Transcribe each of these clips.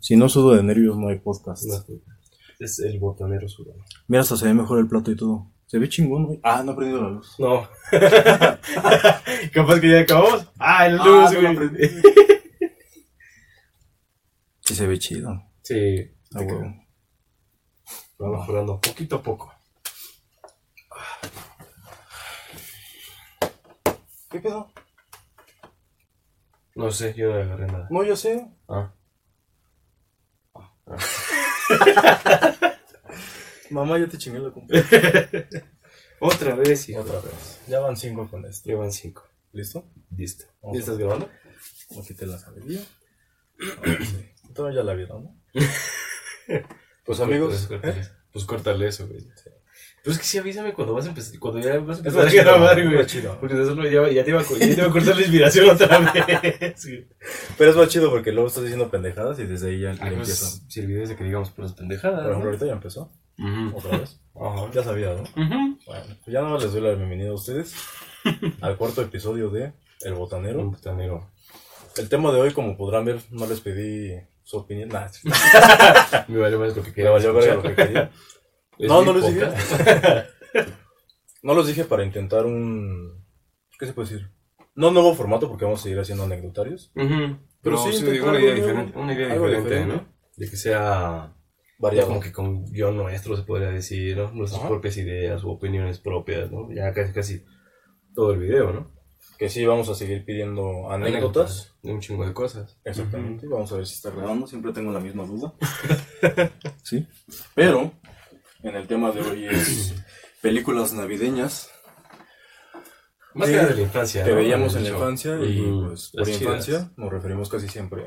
Si no sudo de nervios, no hay podcast. No. Es el botanero sudano. Mira, hasta se ve mejor el plato y todo. Se ve chingón, güey. Ah, no he prendido la luz. No. Capaz que ya acabamos. Ah, el luz, no güey. la prendí. Sí, se ve chido. Sí. Ah, huevo. Va mejorando poquito a poco. ¿Qué pedo? No sé, yo no agarré nada. No, yo sé. Ah. Mamá, ya te chingué la compra. Otra vez, hijo. Otra vez. Ya van cinco con esto. Llevan cinco. ¿Listo? Listo. Ojo. ¿Ya estás grabando? Aquí te la sabía. Ahora sí. Entonces ya la vieron, ¿no? Pues amigos. Córtale, córtale. Pues córtale eso, güey. Pero es que sí avísame cuando vas a empezar, cuando ya vas a Es empezar la a grabar, güey. chido. Porque de solo ya, ya, te iba a, co- ya te iba a cortar la inspiración otra vez. güey. Pero es más chido porque luego estás diciendo pendejadas y desde ahí ya Ay, le pues, empiezan. si el video es de que digamos puras pendejadas. Por ejemplo, ¿no? ahorita ya empezó. Ujú. Otra vez. Ajá. Ya sabía, ¿no? Ujú. Bueno, pues ya nada más les doy la bienvenida a ustedes al cuarto episodio de El Un Botanero. pues, botanero. El tema de hoy, como podrán ver, no les pedí su opinión. Nah, sí, Me vale más lo que me quería. valió verga lo que quería. No, no les dije. No los dije para intentar un... ¿Qué se puede decir? No nuevo formato porque vamos a seguir haciendo anecdotarios. Pero Pero sí, sí, intentar digo, una idea algo diferente, una idea algo diferente, diferente. ¿no? De que sea ya como Variado. que con guión nuestro se podría decir, ¿no? Nuestras Ajá. propias ideas u opiniones propias, ¿no? Ya casi, casi todo el video, ¿no? Que sí, vamos a seguir pidiendo anécdotas. De un chingo de cosas. Exactamente. Vamos a ver si está grabando. Siempre tengo la misma duda. sí. Pero, en el tema de hoy es películas navideñas Más Sí. que nada de la infancia. que ¿no? veíamos Hemos en la dicho. infancia y Ujú. pues Las por chidas. infancia nos referimos casi siempre.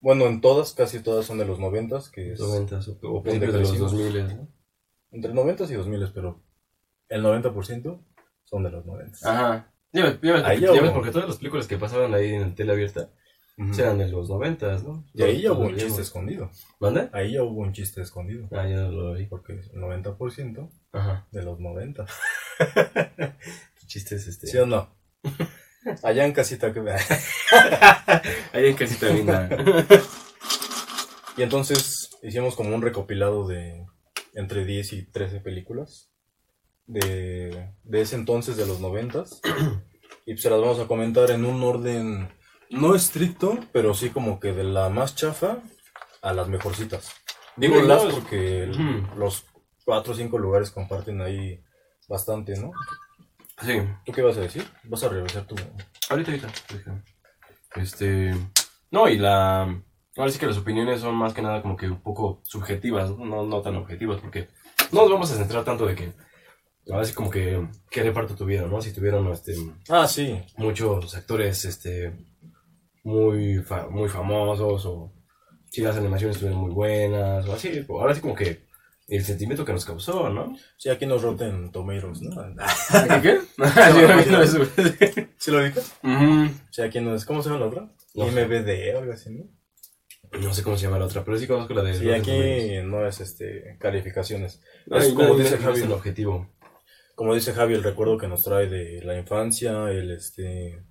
Bueno, en todas, casi todas son de los noventas, que es 90 o, o principios de los crecimos. 2000, ¿no? entre noventas y dos miles, pero el 90% son de los noventas. Ajá. Ya ves, ya ves, Ahí ya hubo. ves, porque todas las películas que pasaban ahí en tela abierta Ujú. eran de los 90, ¿no? y ahí ya Los- hubo un los chiste vimos. escondido. ¿Mande? Ahí ya hubo un chiste escondido. Ah, ya no lo vi. Porque el 90% Ajá. de los 90. Tu chiste es este. ¿Sí o no? Allá en casita que Ahí en casita linda. Y entonces hicimos como un recopilado de entre 10 y 13 películas de, de ese entonces, de los 90 Y pues se las vamos a comentar en un orden no estricto, pero sí como que de la más chafa a las mejorcitas. Digo Sí, las no, es- porque el- Ujú. los 4 o 5 lugares comparten ahí bastante, ¿no? sí. ¿Tú qué vas a decir? ¿Vas a revisar tu...? Ahorita, ahorita. déjame. Este. No, y la. Ahora sí que las opiniones son más que nada como que un poco subjetivas, no, no, no tan objetivas, porque no nos vamos a centrar tanto de que. Ahora sí como que. ¿Qué reparto tuvieron, no? Si tuvieron este, Ah, sí. muchos actores este, muy, fa- muy famosos o si las animaciones estuvieron muy buenas o así. Ahora sí como que el sentimiento que nos causó, ¿no? Sí, aquí nos roten tomeiros, ¿no? ¿Qué? ¿Qué? Sí, Yo creo que no es- ¿Sí lo ubicas? Ujú. Sí, aquí no es... ¿Cómo se llama la otra? No sé. MBD o algo así, ¿no? No sé cómo se llama la otra, pero sí conozco la de. Sí, los aquí no es este calificaciones. Ay, es como no, dice no, Javi. Es el objetivo. Como dice Javi, el recuerdo que nos trae de la infancia, el este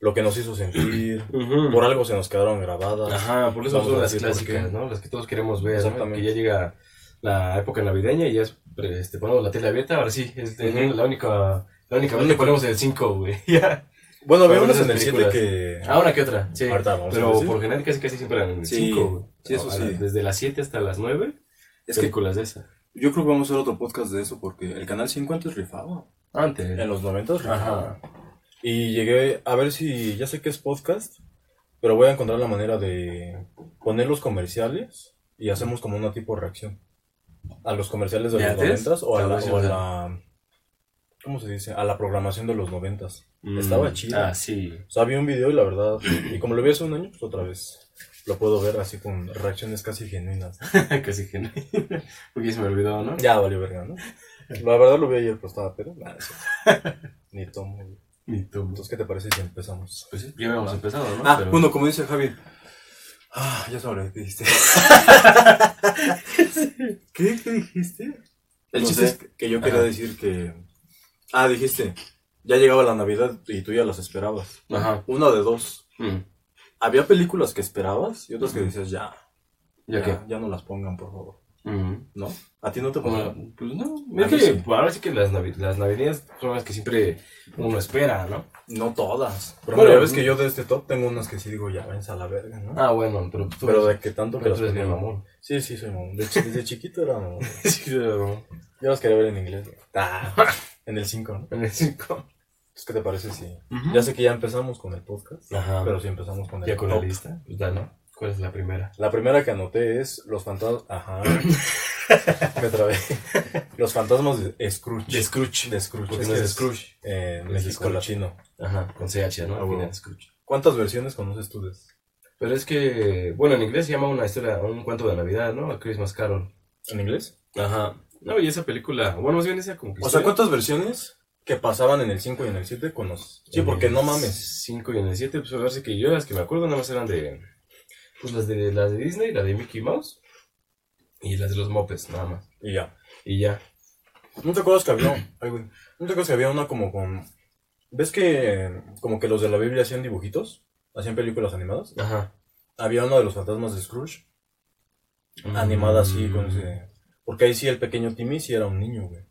lo que nos hizo sentir, por algo se nos quedaron grabadas. Ajá, por eso Vamos son a las decir por clásicas, qué. ¿no? Las que todos queremos ver. ¿no? Exactamente. Que ya llega la época navideña y ya es, pre- este, ponemos la tele abierta. Ahora sí, es de- Ujú. la única. La única vez que ponemos el 5, güey. Ya. Bueno, Pero había unas esas en el 7 películas. que Ah, una que otra. Sí. Ahorita vamos a Pero decir. por general casi, casi siempre eran el Sí, 5, güey. sí, eso A la- sí. Desde las 7 hasta las 9. Es películas de esa. yo creo que vamos a hacer otro podcast de eso porque el canal 5 antes rifaba. Antes. En los 90 rifaba. Ajá. Y llegué a ver si ya sé que es podcast, pero voy a encontrar la manera de poner los comerciales y hacemos como una tipo reacción a los comerciales de ¿De los antes? noventas o a, la, Ah, o a la- ¿cómo se dice? A la programación de los noventas. Estaba Mm, chida. Ah, sí. O sea, vi un video y la verdad, y como lo vi hace un año, pues otra vez lo puedo ver así con reacciones casi genuinas. Ah, casi que no. Porque se me olvidó, ¿no? Ya valió verga, ¿no? La verdad lo vi ayer, pero estaba pero nada, es cierto. ni tomo. güey. Ni tú. Entonces, ¿qué te parece si empezamos? Pues sí, ya habíamos empezado, ¿no? Ah, Pero- bueno, como dice Javi. Ah, ya sabes lo que dijiste. ¿Qué, ¿Qué dijiste? El No chiste sé. es que yo quería Ajá. decir que. Ah, dijiste. Ya llegaba la Navidad y tú ya las esperabas. Ajá. Una de dos. Mm. Había películas que esperabas y otras que Ujú. decías ya. Ya que. Ya, ya no las pongan, por favor. Ujú. ¿No? ¿A ti no te Bueno, pongan? pues no. A Es mí que sí. pues, ahora sí que las, navi- las navideñas son las que siempre uno espera, ¿no? No todas. Pero Bueno, bueno, ves mm. que yo de este top tengo unas que sí digo, ya vence a la verga, ¿no? Ah, bueno, pero tú. pero de que tanto que pero las tú eres bien pongan. mamón. Sí, sí, soy mamón. De chi- Desde, chiquito era mamón. sí, pero. Yo las quería ver en inglés. güey. Ah, en el 5, ¿no? En el 5. Entonces, ¿qué te parece si...? Ya sé que ya empezamos con el podcast, Ajá. pero si empezamos con el Ya con la top. lista. Pues dale. ¿Cuál es la primera? La primera que anoté es Los fantasmas... Ajá. Me trabé. Los fantasmas de Scrooge. De Scrooge. De Scrooge. Porque Es no que Pues es es Scrooge. eh, Es México Scrooge. latino. Ajá, con CH, ¿no? Ah, Al bueno. final, Scrooge. ¿Cuántas versiones conoces tú de eso? Pero es que, bueno, en inglés se llama una historia, un cuento de Navidad, ¿no? A Christmas Carol. ¿En inglés? Ajá. No, y esa película, bueno, más bien esa como que O sea, historia- ¿cuántas versiones que pasaban en el 5 y en el 7 conoces? Sí, en porque el no mames. 5 y en el 7, pues parece que yo las que me acuerdo nada más eran de, pues las de, las de Disney, la de Mickey Mouse y las de los Mopes, nada más. Y ya. Y ya. ¿No te acuerdas que había... Ay, güey. ¿No te acuerdas que había una como con... ¿Ves que eh, como que los de la Biblia hacían dibujitos? Hacían películas animadas. Ajá. Había una de los fantasmas de Scrooge animada así Mm. con ese... Porque ahí sí el pequeño Timmy sí era un niño, güey.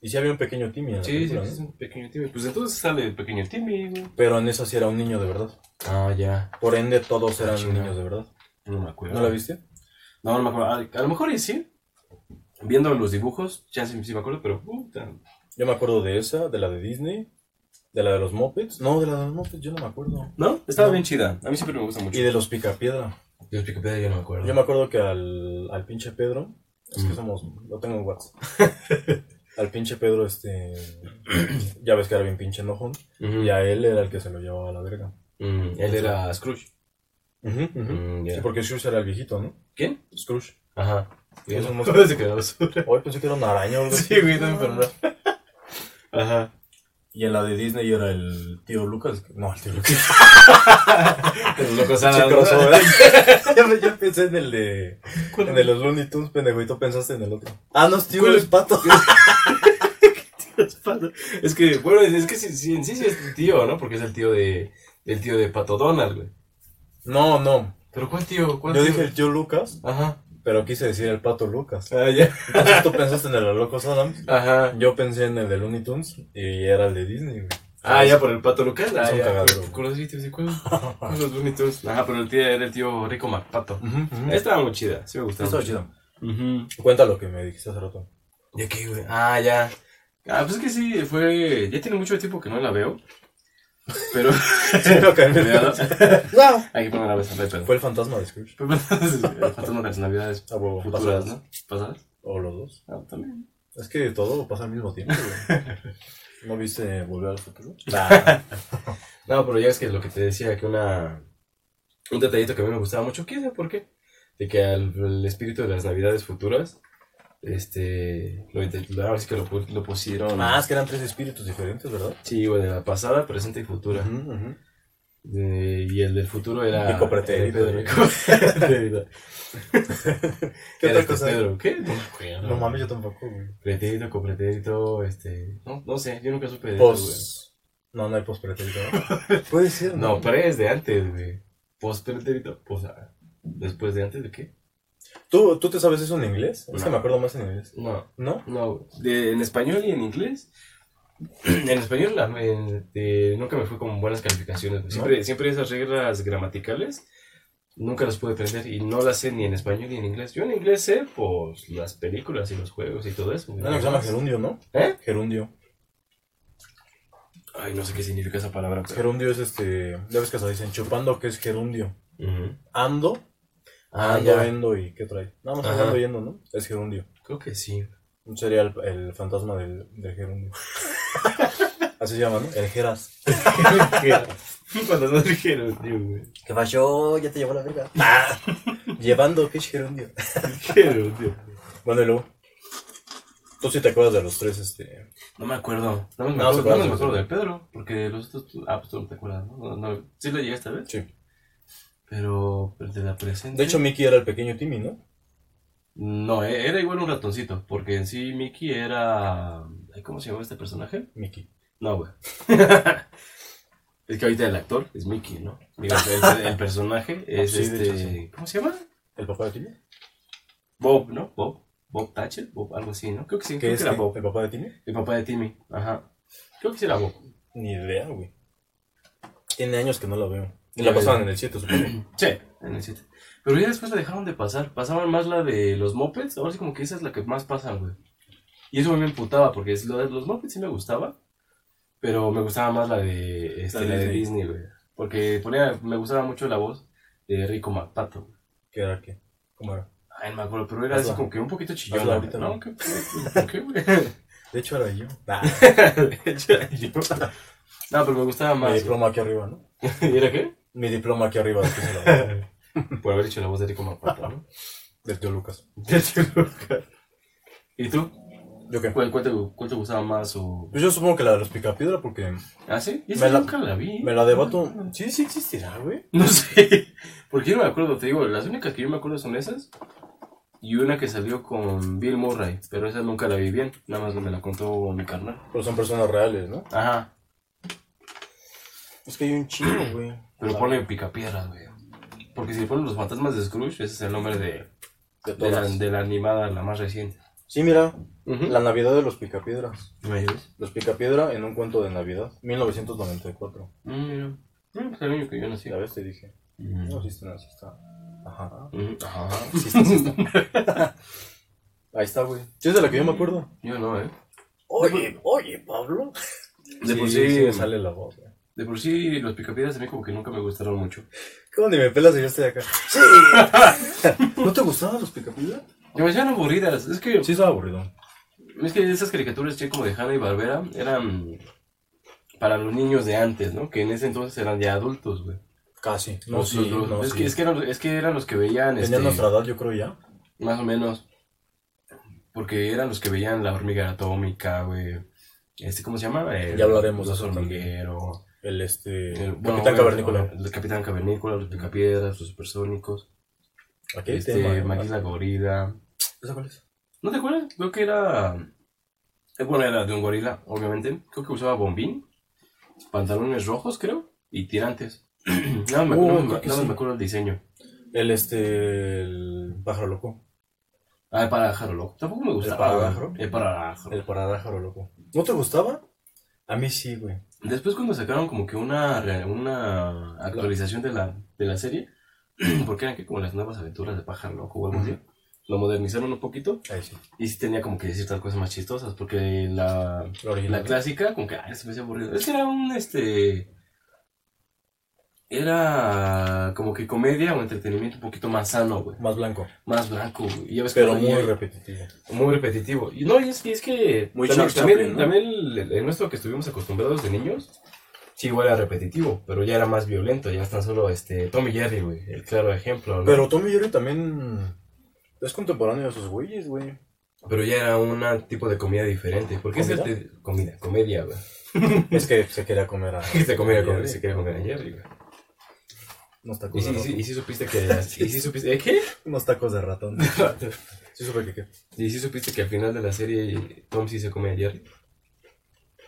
Y sí había un pequeño Timmy en la Sí, sí, película, sí, ¿no? es un pequeño Timmy. Pues entonces sale el pequeño Timmy, güey. Pero en esa sí era un niño de verdad. Ah, ya. Por ende todos Ah, eran chingado. niños de verdad. No me acuerdo. ¿No la viste? No, no me acuerdo. Ah, A, a lo mejor y sí. Viendo los dibujos, ya sí, sí me acuerdo, pero puta. Yo me acuerdo de esa, de la de Disney, de la de los Muppets. No, de la de los Muppets yo no me acuerdo. ¿No? Estaba No. bien chida. A mí siempre me gusta mucho. Y de los Picapiedra. Yo explico, pero yo no me acuerdo. Yo me acuerdo que al, al pinche Pedro, es que Mm. somos, lo tengo en WhatsApp. al pinche Pedro, este, ya ves que era bien pinche enojón. Ujú. Y a él era el que se lo llevaba a la verga. Mm, él era Scrooge. Ujú, ujú. Mm, ya. Sí, porque Scrooge era el viejito, ¿no? ¿Quién? Scrooge. Ajá. Sí, es un no monstruo. se quedó basura. Hoy pensé que era un araño. güey. Sí, güey, también, pero no. Ajá. Y en la de Disney era el tío Lucas. No, el tío Lucas. Los locos Pinche Adams, Ah, ¿no? crossover. yo, yo pensé en el de. En el de los Looney Tunes, pendejo, y tú pensaste en el otro. Ah, no, es tío, ¿Cuál? es pato. Es que, bueno, es que sí, sí, en sí, sí es tu tío, ¿no? Porque es el tío de. El tío de Pato Donald, güey. No, no. Pero ¿cuál tío? ¿Cuál Yo tío? dije el tío Lucas, Ajá. pero quise decir el pato Lucas. Ah, ya. Entonces tú pensaste en el de Locos Adams. Ajá. Yo pensé en el de Looney Tunes y era el de Disney, güey. Ah, pues. ya por el pato local. Ah, un ya. cagadero. Con los sitios y cuál. Con los bonitos. Ajá, pero el tío era el tío Rico Macpato. Ujú, ujú. Estaba muy chida, sí me gustaba. Estaba mucho. Este chido. Ujú. Cuenta lo que me dijiste hace rato. ¿Ya qué, güey? Ah, ya. Ah, pues es que sí, fue. Ya tiene mucho tiempo que no la veo. Pero. Sí, lo que me ¿Verdad? No. Hay que poner la vez no hay pedo. Fue el fantasma de Scrooge. Pero pues, bueno, faltando las navidades A huevo, futuras, pasadas. ¿no? ¿Pasadas? O los dos. Ah, también. Es que todo pasa al mismo tiempo, güey. ¿No viste Volver al Futuro? No, pero ya es que lo que te decía, que una. Un detallito que a mí me gustaba mucho, ¿quién sabe por qué? De que al, el espíritu de las navidades futuras. Este. Lo intentaron, ahora sí que lo, pu- lo pusieron. Ah, es que eran tres espíritus diferentes, ¿verdad? Sí, güey, de la pasada, presente y futura. Ujú, ujú. De- y el del futuro era. Pico pretérito. era Pedro Pico pretérito. ¿Qué Era otra este cosa? Pedro, ¿qué? No mames, yo tampoco, güey. Pretérito, copretérito, este. No, no sé, yo nunca supe de eso, Pos. Pues, No, no hay post pretérito. ¿no? pues. Puede ser, güey. No, pre es de antes, güey. Post pretérito, pues. ah, ¿Después de antes de qué? ¿Tú, ¿Tú te sabes eso en inglés? Es No. que me acuerdo más en inglés. No, ¿No? no, güey. De- en español y en inglés. En español la- eh, de- nunca me fue con buenas calificaciones. güey. Siempre, siempre esas reglas gramaticales nunca las pude aprender y no las sé ni en español ni en inglés. Yo en inglés sé pues las películas y los juegos y todo eso. güey. Hay uno que se llama gerundio, ¿no? ¿Eh? Gerundio. Ay, no sé qué significa esa palabra. pero- Gerundio es este. Ya ves que se dicen chupando, que es gerundio. Ujú. Ando, Ah, ando, ya. endo y ¿qué trae? Nada más Ajá. ando yendo, ¿no? Es gerundio. Creo que sí. Sería el, el fantasma del, del gerundio. Así se llama, ¿no? El geras. Cuando nos dijeron, tío, güey. ¿Qué pasó? Ya te llevó la verga. Llevando, que es gerundio. Dijeron, tío. Bueno, y luego. Tú sí te acuerdas de los tres, este. No me acuerdo. No me No, acuerdo, se acuerda, no me se acuerdo acuerda. de Pedro, porque los otros. tú- Ah, pues tú no te acuerdas, ¿no? No, no, sí lo llegaste a ver, Sí. pero pero de la presente. De hecho, Mickey era el pequeño Timmy, ¿no? no, eh, era igual un ratoncito, porque en sí Mickey era. ay, ¿Cómo se llama este personaje? Mickey. No, güey. es que ahorita el actor es Mickey, ¿no? Digo, el, el personaje es Ah, Sí, de hecho, pues este. ¿Cómo se llama? ¿El papá de Timmy? Bob, ¿no? Bob. Bob Thatcher, Bob, algo así, ¿no? Creo que sí, ¿Qué creo es que era qué? Bob. ¿El papá de Timmy? El papá de Timmy, ajá. Creo que sí era Bob. Ni idea, güey. Tiene años que no la veo. Eh. Y Ya, la ya. pasaban en el 7, supongo. Sí, en el 7. Pero ya después la dejaron de pasar. Pasaban más la de los mopeds. Ahora sí, como que esa es la que más pasan, güey. Y eso a mí me emputaba, porque es- lo de los mopeds sí me gustaba. Pero me gustaba más la de, este, La de la de Disney. Disney, güey. Porque ponía, me gustaba mucho la voz de Rico McPato. güey. ¿Qué era qué? ¿Cómo era? Ay, no me acuerdo, pero era Hazla. así como que un poquito chillón. Hazla ahorita, ¿no? ¿no? ¿Qué, qué, qué, güey? De hecho, era yo. Nah, De hecho, era yo. No, pero me gustaba mi más. diploma aquí arriba, ¿no? güey. ¿Y era qué? Mi diploma aquí arriba. después se la doy. Por haber hecho la voz de Rico McPato, ¿no? Del tío Lucas. De hecho, nunca. ¿Y tú? ¿Yo qué? ¿Cuál, cuál te, cuál te gustaba más o...? Pues yo supongo que la de los picapiedra porque ¿Ah, sí? Y Me esa la- nunca la vi. me la debato. Sí, sí existirá, güey. No sé. Porque yo no me acuerdo, te digo, las únicas que yo me acuerdo son esas. Y una que salió con Bill Murray, pero esa nunca la vi bien. Nada más me la contó mi carnal. Pero son personas reales, ¿no? Ajá. Es que hay un chingo, güey. Pero ponle Picapiedra, güey. Porque si le ponen los fantasmas de Scrooge, ese es el nombre de, De de, la, todas. de la animada, la más reciente. Sí, mira. La- La Navidad de los Picapiedras. ¿Me ayudas? Los Picapiedra en un cuento de Navidad. 1994. Mm, mira. Mm, es el niño que yo nací. Ya ves, te dije. Mm. No existe, no existe. Ajá. Mm, Ajá. Sí está, sí está. Ahí está, güey. Sí, es de la que yo me acuerdo. Yo no, ¿eh? Oye, oye, Pablo. De por sí, sí, sí me sale la voz, güey. De por sí, los picapiedras a mí como que nunca me gustaron mucho. ¿Cómo ni me pelas si yo estoy acá? ¡Sí! ¿No te gustaban los picapiedra? Demasiado aburridas. Es que, Sí, estaba aburrido. es que esas caricaturas che, como de Hanna y Barbera eran para los niños de antes, ¿no? Que en ese entonces eran ya adultos, güey. Casi. No, Los- sí, los- los- no, es, sí. que, es, que eran, es que eran los que veían, Tenían este, nuestra edad, yo creo ya. más o menos, porque eran los que veían la hormiga atómica, güey. Este, ¿cómo se llama? El- Ya hablaremos de los eso también. hormiguero. El este. el- eh, Capitán bueno, bueno, Cavernícola. El Capitán Cavernícola, los picapiedras, los supersónicos. Aquí hay Este, tema, eh? Maquis la gorila. ¿Esa cuál es? ¿No te acuerdas? Creo que era. eh, Bueno, era de un gorila, obviamente. Creo que usaba bombín, pantalones rojos, creo, y tirantes. nada más me, Oh, acuerdo- creo nada que más sí. me acuerdo el diseño. El este. El pájaro loco. Ah, el parájaro loco. Tampoco me gustaba. Eh, ¿El güey. parájaro? El parájaro. El parájaro loco. ¿No te gustaba? A mí sí, güey. Después, cuando sacaron como que una, re- una actualización de la, de la serie, porque eran que como las nuevas aventuras de pájaro loco o algo así, lo modernizaron un poquito Ahí sí. y sí tenía como que ciertas cosas más chistosas, porque la, La original. La clásica, como que, ay, se me hace aburrido. Es que era un, este... Era como que comedia o entretenimiento un poquito más sano, güey. Más blanco. Más blanco, güey. Y ya ves que Pero muy también- repetitivo. muy repetitivo. Y no, y es, y es que... Muy también, Charles también, Chaplin, ¿no? también el, el nuestro que estuvimos acostumbrados de niños, sí, igual era repetitivo, pero ya era más violento. Ya es tan solo, este, Tommy Jerry, güey. El claro ejemplo, ¿no? Pero Tommy Jerry también. Es contemporáneo de esos güeyes, güey. Pero ya era un tipo de comida diferente. Porque es ¿Comida? este... Comida, comedia, güey. Es que se quería comer a. Se comía Jerry. con... Se quería comer a Jerry, güey. Unos ¿Y tacos si, de y si- ratón. y si supiste que... ¿Y si supiste... ¿eh, ¿Qué? Unos tacos de ratón. Sí, supe que qué. ¿Y si supiste que al final de la serie Tom sí se come a Jerry?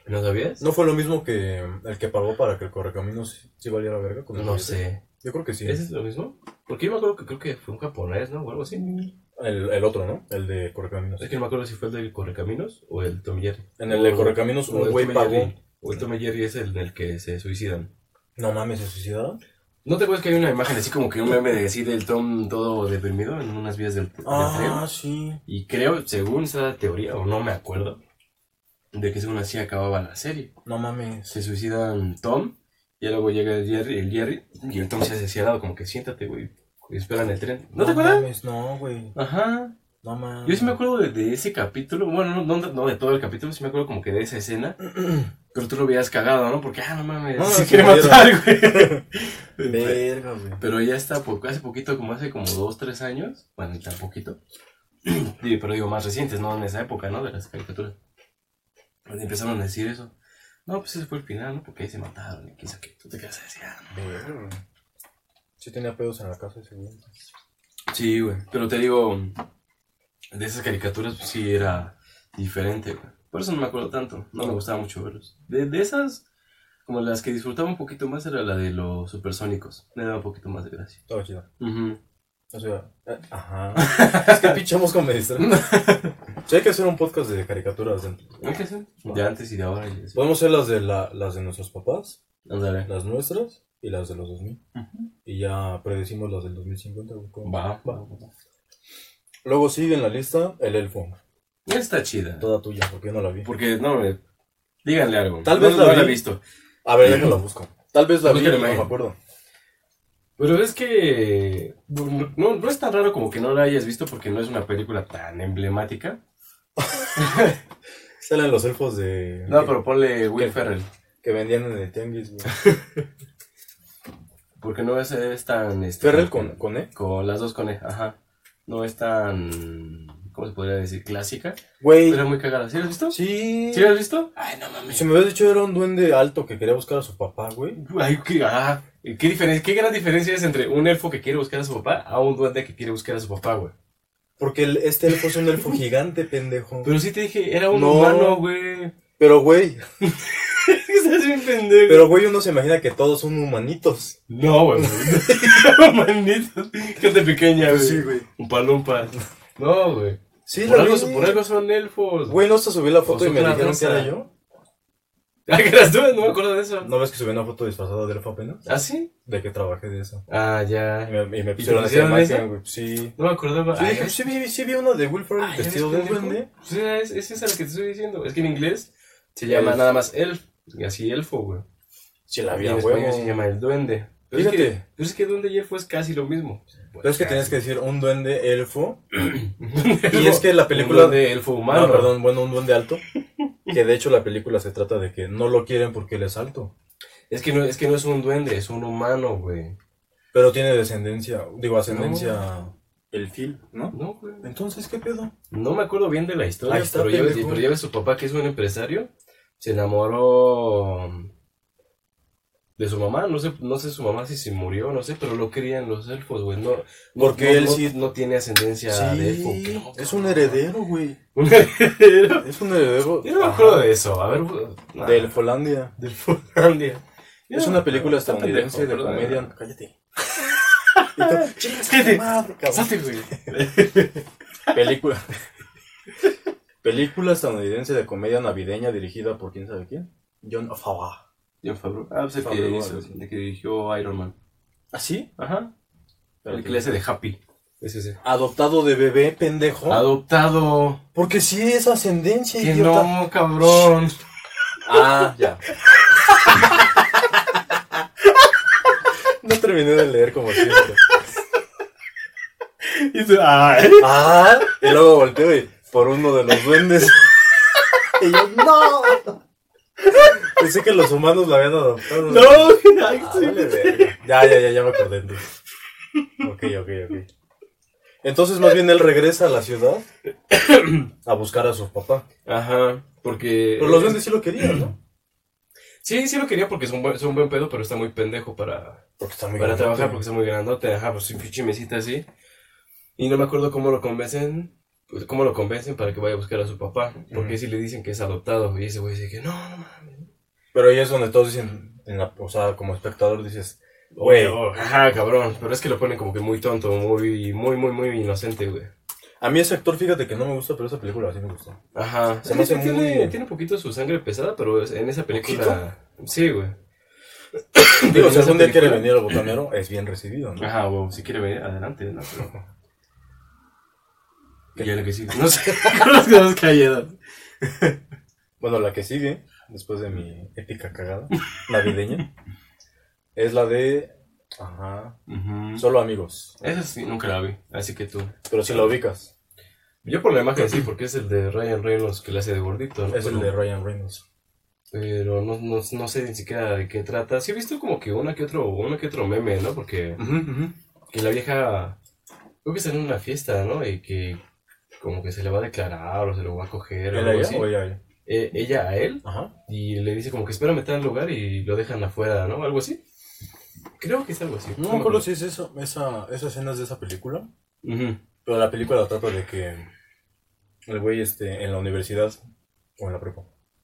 ¿No sabías? ¿No fue lo mismo que el que pagó para que el correcaminos sí- sí valiera verga? con el No billete? sé. Yo creo que sí. ¿eh? ¿Ese es lo mismo? Porque yo me acuerdo que creo que fue un japonés, ¿no? O algo así. El, el otro, ¿no? El de correcaminos. Es que no me acuerdo si fue el del Correcaminos o el Tom y Jerry. En el de correcaminos O un el güey Tom y pagó. Jerry. O el Tom y Jerry es el del que se suicidan. No mames, se suicidaron. ¿No te acuerdas que hay una imagen así como que un meme de así del Tom todo deprimido en unas vías del, del tren? Ah, sí. Y creo, según esa teoría, o no me acuerdo, de que según así acababa la serie. No mames. se suicidan Tom y luego llega el Jerry, el Jerry y el Tom se hace hacia el lado como que siéntate, güey, y esperan el tren. ¿No, te acuerdas? mames, No, güey. Ajá. No mames. Yo sí me acuerdo de, de ese capítulo, bueno, no, no- no de todo el capítulo, sí me acuerdo como que de esa escena, pero tú lo veías cagado, ¿no? Porque, ah, no mames, No, se se quiere murieron. matar, güey. Verga, güey. pero ya está, po- hace poquito, como hace como dos, tres años, bueno, ni tan poquito, Sí, pero digo, más recientes, ¿no? En esa época, ¿no? De las caricaturas. Pues empezaron a decir eso. No, pues ese fue el final, ¿no? Porque ahí se mataron y quiso que tú te quedas así, ah, no. Verga. Sí tenía pedos en la casa ese güey. Sí, güey. Pero te digo, de esas caricaturas pues, sí era diferente, güey. Por eso no me acuerdo tanto. No me gustaba mucho verlos. De, de esas, como las que disfrutaba un poquito más era la de los supersónicos. Me daba un poquito más de gracia. Estaba chido. Ujú. O sea, eh, ajá. es que pichamos con me distrae. Sí, hay que hacer un podcast de caricaturas. dentro. Hay que hacer. De antes y de ahora. y eso. Podemos hacer las de, la, las de nuestros papás, Ándale. las nuestras y las de los 2000. Ujú. Y ya predecimos las del 2050. güey, ¿cómo? Va. Luego sigue en la lista el elfo. Está chida. Toda tuya, porque yo no la vi. Porque, no, eh, díganle algo. Tal vez No, la no la he vi. visto. A ver, déjalo, busco. Tal vez la vi, Búscale pero no me imagen. acuerdo. Pero es que no, no- no es tan raro como que no la hayas visto porque no es una película tan emblemática. Salen los elfos de... No, que, pero ponle Will ¿Qué? Ferrell. que vendían en el tianguis, güey. Porque no es, es tan... este, Ferrell con, con E. Con las dos con E, ajá. No es tan... ¿Cómo se podría decir? Clásica. Güey. Era muy cagada. ¿Sí la has visto? Sí. ¿Sí la has visto? Ay, no mames. Si me hubieras dicho era un duende alto que quería buscar a su papá, güey. Ay, qué, ah, qué, diferen- qué gran diferencia es entre un elfo que quiere buscar a su papá a un duende que quiere buscar a su papá, güey. Porque el- este elfo es un elfo gigante, pendejo. Pero sí te dije, era un No. humano, güey. Pero, güey. Estás bien pendejo. Pero, güey, uno se imagina que todos son humanitos. No, güey. Manitos. Gente pequeña, güey. güey. Un palumpa. No, güey. Sí, por, la algo, vi. por algo son elfos. Güey, no hasta subí la foto Pues y me otra dijeron que era raza. yo. Ah, que eras tú, no me acuerdo de eso. ¿No ves que subí una foto disfrazada de elfo apenas? ¿Ah, sí? De que trabajé de eso. Ah, Y ya. me, y me te pusieron esa pusieron imagen, esa? güey. Sí. No me acordaba. Sí, dije, sí, vi, sí vi uno de Will Ferrell ay, vestido Ah, ¿ya de ves, pendejo? duende. Pues era- es, es esa la que te estoy diciendo. Es que en inglés se llama Elf. nada más elf. Y así elfo, güey. Sí, la Y vi a en huevo. español se llama el duende. Pero Fíjate. Es que, pero es que duende y elfo es casi lo mismo. Pero es que tenías que decir un duende elfo. y Y es que la película. de elfo humano. No, perdón, bueno, un duende alto. Que de hecho la película se trata de que no lo quieren porque él es alto. Es que no, es que no es un duende, es un humano, güey. Pero tiene descendencia, digo, ascendencia. El Phil, ¿no? No, güey. Entonces, ¿qué pedo? No me acuerdo bien de la historia, Ahí está, pero ya, ves, pendejo. pero ya ves su papá, que es un empresario, se enamoró de su mamá. No sé, no sé su mamá si se murió, no sé, pero lo querían los elfos, güey. No, no- Porque no- él no- sí- no tiene ascendencia de elfo. que no, es un cabrón. heredero, güey. Un heredero. Es un heredero. Yo no me Ajá, acuerdo de eso. A ver, güey. Nah, de Elfolandia. del Finlandia. Yo Es no una me película acuerdo, está estadounidense de pendejo, perdón. comedia. Cállate. Y tú, "Chingas tu Cállate. madre, cabrón". Salte, güey. Película. Película estadounidense de comedia navideña dirigida por quién sabe quién. John Favreau. John Favreau. Ah, pues el que, Favreau, hizo- sí. el que dirigió Iron Man. ¿Ah, sí? Ajá. El que le hace de Happy. Es ese. Adoptado de bebé, pendejo. Adoptado. Porque sí es ascendencia, Que idiota. no, cabrón. Ah, ya. No terminé de leer como siempre. Y tú, ay. Ah, y luego volteo y por uno de los duendes. Y yo, no. Pensé que los humanos la habían adoptado. No, ay, Ah, sí. vale, verga. ya, ya, ya, ya me acordé. entonces. Ok, ok, ok. Entonces, más bien él regresa a la ciudad a buscar a su papá. Ajá. Porque. Pero los duendes sí lo querían, ¿no? Sí, sí lo quería porque es un buen, es un buen pedo, pero está muy pendejo para, Porque está muy para grandote. trabajar, porque está muy grandote. Ajá, pues un pinche mesita así. Y no me acuerdo cómo lo convencen. pues, ¿Cómo lo convencen para que vaya a buscar a su papá? Porque si le dicen que es adoptado. Y ese güey dice que no, no mames. Pero ahí es donde todos dicen, en la, o sea, como espectador dices, güey, Oh, ajá, cabrón. Pero es que lo ponen como que muy tonto, muy, muy, muy, muy inocente, güey. a mí ese actor, fíjate que no me gusta, pero esa película sí me gustó. Ajá. Se me hace tiene, muy- tiene poquito su sangre pesada, pero es- en esa película. Sí, güey. Digo, si esa algún día quiere película- venir al botanero, es bien recibido, ¿no? Ajá, güey. Si quiere ver, adelante. No, pero... Y ya lo que sí. No sé. Nos quedamos callados. Bueno, la que sigue, después de mi épica cagada navideña, es la de, ajá, Ujú. Solo Amigos. Esa sí, nunca la vi. Así que tú. Pero si la ubicas, Yo por la imagen sí, porque es el de Ryan Reynolds que le hace de gordito. ¿no? es el Pero- de Ryan Reynolds. Pero no, no, no sé ni siquiera de qué trata. Sí he visto como que una que otro, uno que otro meme, ¿no? Porque que la vieja creo que está en una fiesta, ¿no? Y que como que se le va a declarar o se lo va a coger o ¿Era algo ella así. o ella? ella? Eh, ella a él Ajá. y le dice como que espérame tal lugar y lo dejan afuera, ¿no? Algo así. Creo que es algo así. No me acuerdo si es eso, esa, esa escena es de esa película. Ujú. Pero la película trata de que el güey este, en la universidad o en la prepa.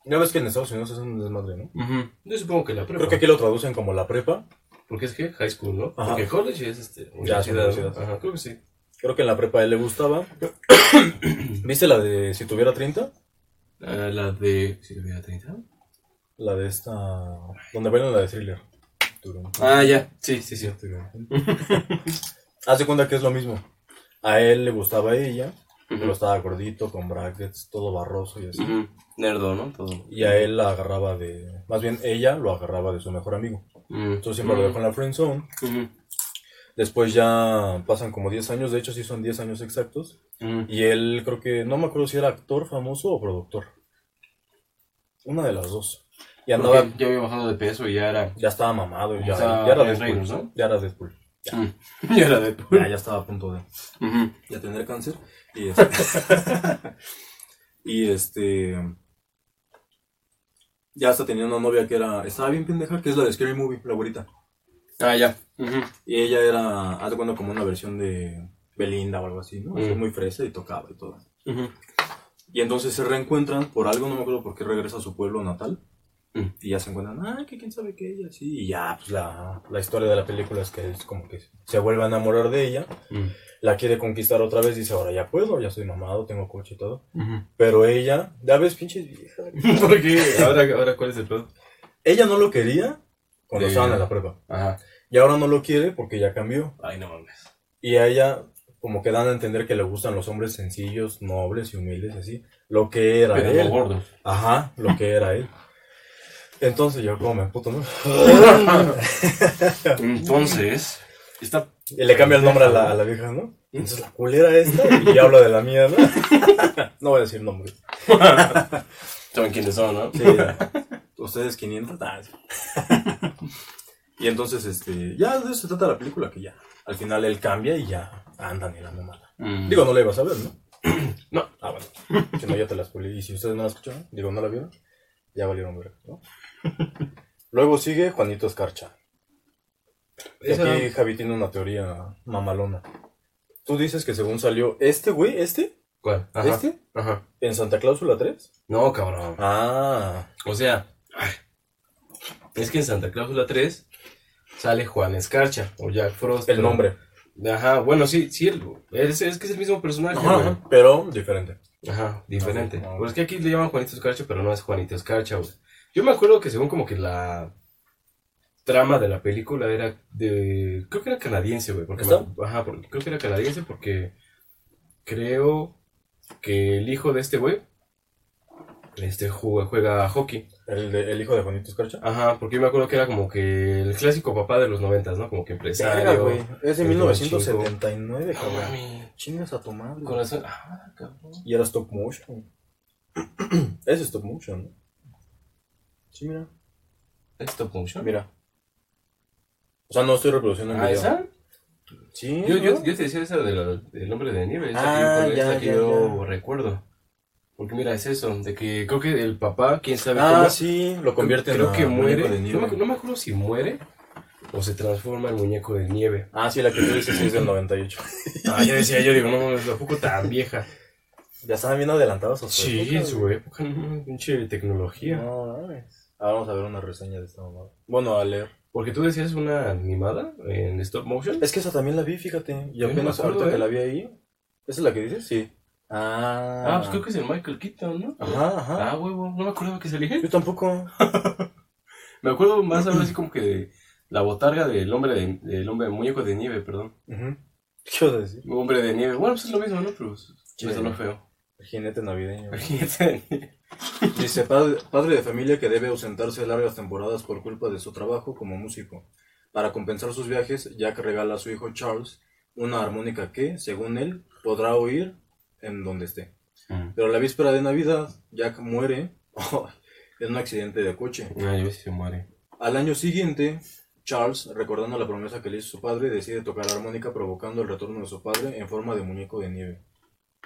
Ya ves que en Estados Unidos es un desmadre, ¿no? Ujú. Yo supongo que la prepa. Creo que aquí lo traducen como la prepa, Porque es que high school, ¿no? Ajá. Porque college es este, universidad. Ajá, creo que sí. Creo que en la prepa a él le gustaba. ¿Viste la de Si tuviera 30? Ah, la de. ¿Sí tuviera 30? La de esta. Donde bailan la de thriller. Turun, Ah, ya. Sí, sí, sí. turun. Haz de cuenta que es lo mismo. A él le gustaba ella, pero estaba gordito, con brackets, todo barroso y así. Ujú. Nerdo, ¿no? Todo. Y a él la agarraba de. Más bien, ella lo agarraba de su mejor amigo. Entonces siempre lo dejó en la friend zone. Después ya pasan como 10 años, de hecho, sí son 10 años exactos. Y él, creo que. No me acuerdo si era actor famoso o productor. Una de las dos. Y andaba. Porque ya había bajado de peso y ya era. Ya estaba mamado, ya, O ya sea, era Ryan Deadpool. Reynolds, ¿no? Ya era Deadpool. ya era de. Ya, ya estaba a punto de. Ujú. ya tener cáncer. Y este, y este ya hasta tenía una novia que era, estaba bien pendeja, que es la de Scary Movie, la abuelita. Ah, ya. Ujú. Y ella era, haz de cuenta, como una versión de Belinda o algo así, ¿no? Así Mm. Muy fresa y tocaba y todo. Ujú. Y entonces se reencuentran por algo, no me acuerdo por qué regresa a su pueblo natal. Mm. Y ya se encuentran, ah, que quién sabe qué, ella sí. Y ya, pues la, la historia de la película es que es como que se vuelve a enamorar de ella. La quiere conquistar otra vez, dice, ahora ya puedo, ya soy mamado, tengo coche y todo. Ujú. Pero ella, ya ves, pinche vieja. ¿Por qué? Ahora, ahora, ¿cuál es el pedo? Ella no lo quería cuando Sí. estaban en la prueba. Ajá. Y ahora no lo quiere porque ya cambió. Ay, no mames. Y a ella, como que dan a entender que le gustan los hombres sencillos, nobles y humildes, y así. Lo que era Pero no él. gordo. Ajá, lo que era él. Entonces yo, como me puto, ¿no? Entonces. Está. Y le cambia el nombre a la, a la vieja, ¿no? Y entonces la culera esta y habla de la mía, ¿no? No voy a decir nombres. Saben quiénes son, ¿no? Sí, ustedes 500. Ah, sí. y entonces, este, ya de eso se trata la película, que ya, al final él cambia y ya andan y la mamada. Mm. Digo, no la ibas a ver, ¿no? No. Ah, bueno. Si no, ya te la spoilé. Y si ustedes no la escucharon, digo, no la vieron, ya valieron ver, ¿no? Luego sigue Juanito Escarcha. Y Esa- aquí Javi tiene una teoría mamalona. Tú dices que según salió este güey, este, ¿Cuál? Ajá. este, Ajá. en Santa Cláusula 3. No, cabrón. Ah, O sea, es que en Santa Cláusula 3 sale Juan Escarcha o Jack Frost. el pero- nombre. Ajá, bueno, sí, sí, el- es, es que es el mismo personaje. Ajá, güey. ajá, pero diferente. Ajá, diferente. Ajá. Pues es que aquí le llaman Juanito Escarcha, pero no es Juanito Escarcha, güey. Yo me acuerdo que según como que la trama de la película era de... Creo que era canadiense, güey. Porque me- ¿Está? ajá, porque- creo que era canadiense porque creo que el hijo de este güey este, juega, juega hockey. El, de- el hijo de Juanito Escarcha. Ajá, porque yo me acuerdo que era como que el clásico papá de los noventas, ¿no? Como que Verga, empresario. güey. Es de Ah, el 1979, No cabrón. mami, Chingas a tu madre. corazón. Ah, cabrón. Y era stop motion. es stop motion, ¿no? Sí, mira. ¿Es stop motion? Mira. O sea, no estoy reproduciendo el ¿Ah, video. esa? Sí. Yo, yo, ¿no? yo te decía esa de la- del hombre de nieve, esa Ah, que, yo- esa ya, que ya, yo ya. recuerdo. Porque mira, es eso, de que creo que el papá, quién sabe Ah, cómo, sí, lo convierte creo en que a muere. muñeco de No me, nieve. no me acuerdo si muere o se transforma en muñeco de nieve. Ah, sí, la que tú dices sí es del 98. Ah, yo decía, yo digo, no mames, tampoco tan vieja. Ya estaban bien adelantados a su Sí, época, en su época, no mames, pinche tecnología. No, mames. Ahora vamos a ver una reseña de esta mamada. Bueno, a leer. Porque tú decías una animada en stop motion. Es que esa también la vi, fíjate. Y Yo no me apenas acuerdo, ahorita ¿eh? que la vi ahí. ¿Esa es la que dices? Sí. Ah. Ah, pues creo que es el Michael Keaton, ¿no? Ajá, ajá. Ah, huevo, no me acuerdo que salía. Yo tampoco. Me acuerdo más ahora así como que de la botarga del hombre de, del hombre muñeco de nieve, perdón. Ujú. ¿Qué vas a decir? Hombre de nieve. Bueno, pues es lo mismo, ¿no? Pero pues, Sí. está lo feo. El jinete navideño. El jinete de nieve. Dice, padre, padre de familia que debe ausentarse largas temporadas por culpa de su trabajo como músico. Para compensar sus viajes, Jack regala a su hijo Charles una armónica que, según él, podrá oír en donde esté. Mm. Pero la víspera de Navidad, Jack muere en un accidente de coche. Ay, a veces se muere. Al año siguiente, Charles, recordando la promesa que le hizo su padre, decide tocar la armónica provocando el retorno de su padre en forma de muñeco de nieve.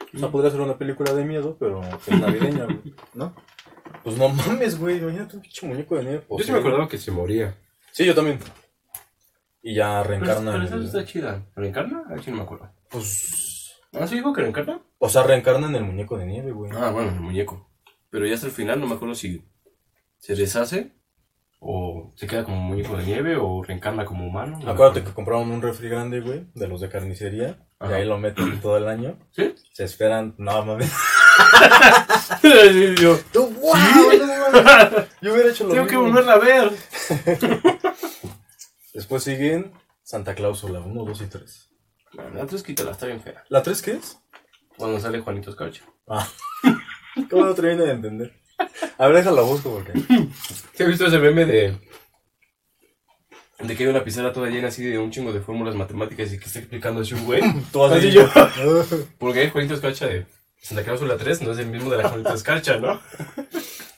O Mm. sea, podría ser una película de miedo, pero es navideña, güey, ¿no? Pues no mames, güey, imagínate un pinche muñeco de nieve. Yo sí me acordaba que se moría. Sí, yo también. Y ya Pero, reencarna. pero en esa el- está chida. ¿Reencarna? A ver si no me acuerdo. pues, ¿Ah, sí dijo que reencarna? o sea, reencarna en el muñeco de nieve, güey. Ah, bueno, el muñeco. Pero ya hasta el final no me acuerdo si se deshace o se queda como muñeco de nieve, o reencarna como humano. no me Acuérdate que acuerdo. compraron un refri grande, güey, de los de carnicería. Ajá. Y ahí lo meten todo el año. ¿Sí? Se esperan. No mames. Sí, yo, ¡Tú, wow! no mames. Yo hubiera hecho lo Tengo que mismo. volverla a ver. Después siguen Santa Clausula 1, 2 y 3. Bueno, La tres quítala, está bien fea. ¿La 3 qué es? Cuando sale Juanito Escarcha. Ah. ¿Cómo no termino de entender? A ver, déjala busco porque. ¿Te has visto ese meme de.? De que hay una pizarra toda llena así de un chingo de fórmulas matemáticas y que está explicando así un güey. Tú vas a Así decir- yo. Porque hay Juanito Escarcha de Santa Cláusula 3, no es el mismo de la Juanito Escarcha, ¿no?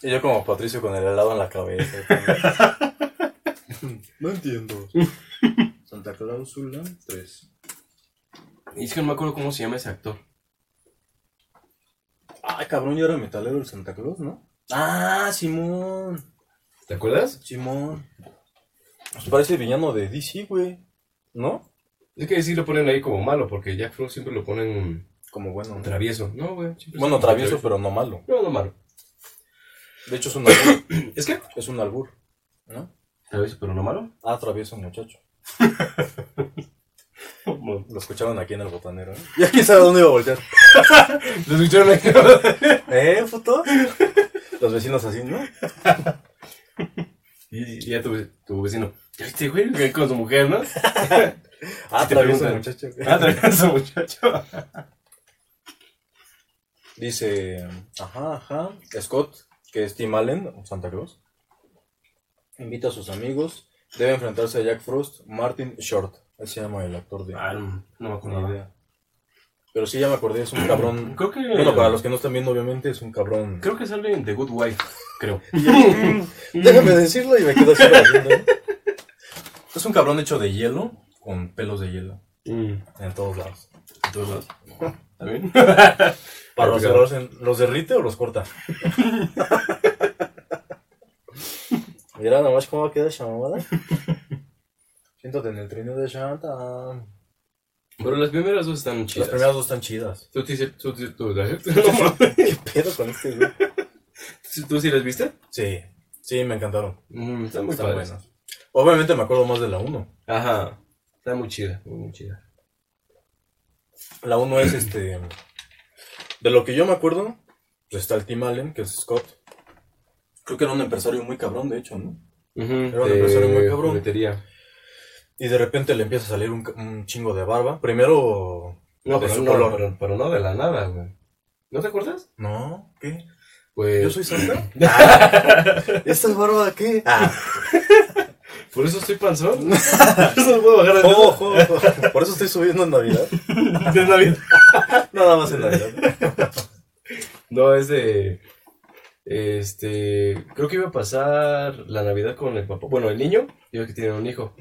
Y yo como Patricio con el helado en la cabeza. no entiendo. Santa Clausula 3. Y es que no me acuerdo cómo se llama ese actor. Ah, cabrón, yo era metalero del Santa Claus, ¿no? Ah, Simón. ¿Te acuerdas? Simón. Pues parece el villano de DC, güey. ¿No? Es que sí lo ponen ahí como malo, porque Jack Frost siempre lo ponen Como bueno. ¿no? travieso. No, güey. siempre es Bueno, como travieso, pero no malo. No, no malo. De hecho, es un albur. Es que. es un albur. ¿No? Travieso, pero no malo. Ah, travieso, muchacho. Lo Lo escucharon aquí en el botanero, ¿eh? Ya quién sabe dónde iba a voltear. escucharon ahí. ¿Eh, puto? Los vecinos así, ¿no? Y y ya tu, tu vecino. Ya viste, güey, que con su mujer, ¿no? Ah, te travieso, preguntan. muchacho. Ah, travieso, muchacho. Dice, ajá, ajá, Scott, que es Tim Allen, o Santa Claus, invita a sus amigos, debe enfrentarse a Jack Frost, Martin Short, así se llama el actor de... Ah, no, no me ni acuerdo. idea. Pero sí, ya me acordé, es un cabrón... Creo que. Bueno, para los que no están viendo, obviamente, es un cabrón... Creo que sale en The Good Wife, creo. Déjame decirlo y me quedo así. haciendo, ¿eh? Es un cabrón hecho de hielo, con pelos de hielo, Mm. en todos lados. En todos lados. ¿Está bien? Para los Complicado. errores, en- ¿los derrite o los corta? Mira nomás cómo queda esa mamada. Siéntate en el trino de Santa. Pero las primeras dos están Las chidas. primeras dos están chidas. ¿Tú, sí- tú, sí- tú- ¿Qué pedo con este güey? ¿Tú sí las viste? Sí, sí, me encantaron. Mm, están muy Están padres. buenas. Obviamente me acuerdo más de la 1. Ajá. Está muy chida, muy, muy chida. La 1 es este. De lo que yo me acuerdo, pues está el Tim Allen, que es Scott. Creo que era un empresario muy cabrón, de hecho, ¿no? Era de muy cabrón. Y de repente le empieza a salir un, ca- un chingo de barba. Primero. No, de pero, su no, color. pero- pero no de la nada, güey. ¿No te acuerdas? No, ¿qué? Pues. ¿Yo soy Santa? ¿Esta es barba qué? Ah, Por eso estoy panzón. Por eso no puedo bajar de ojo, ojo, ojo. Oh, Por eso estoy subiendo en Navidad. nada. De Navidad. Nada más en Navidad. No, es de. Este. Creo que iba a pasar la Navidad con el papá. Bueno, el niño, yo que tiene un hijo.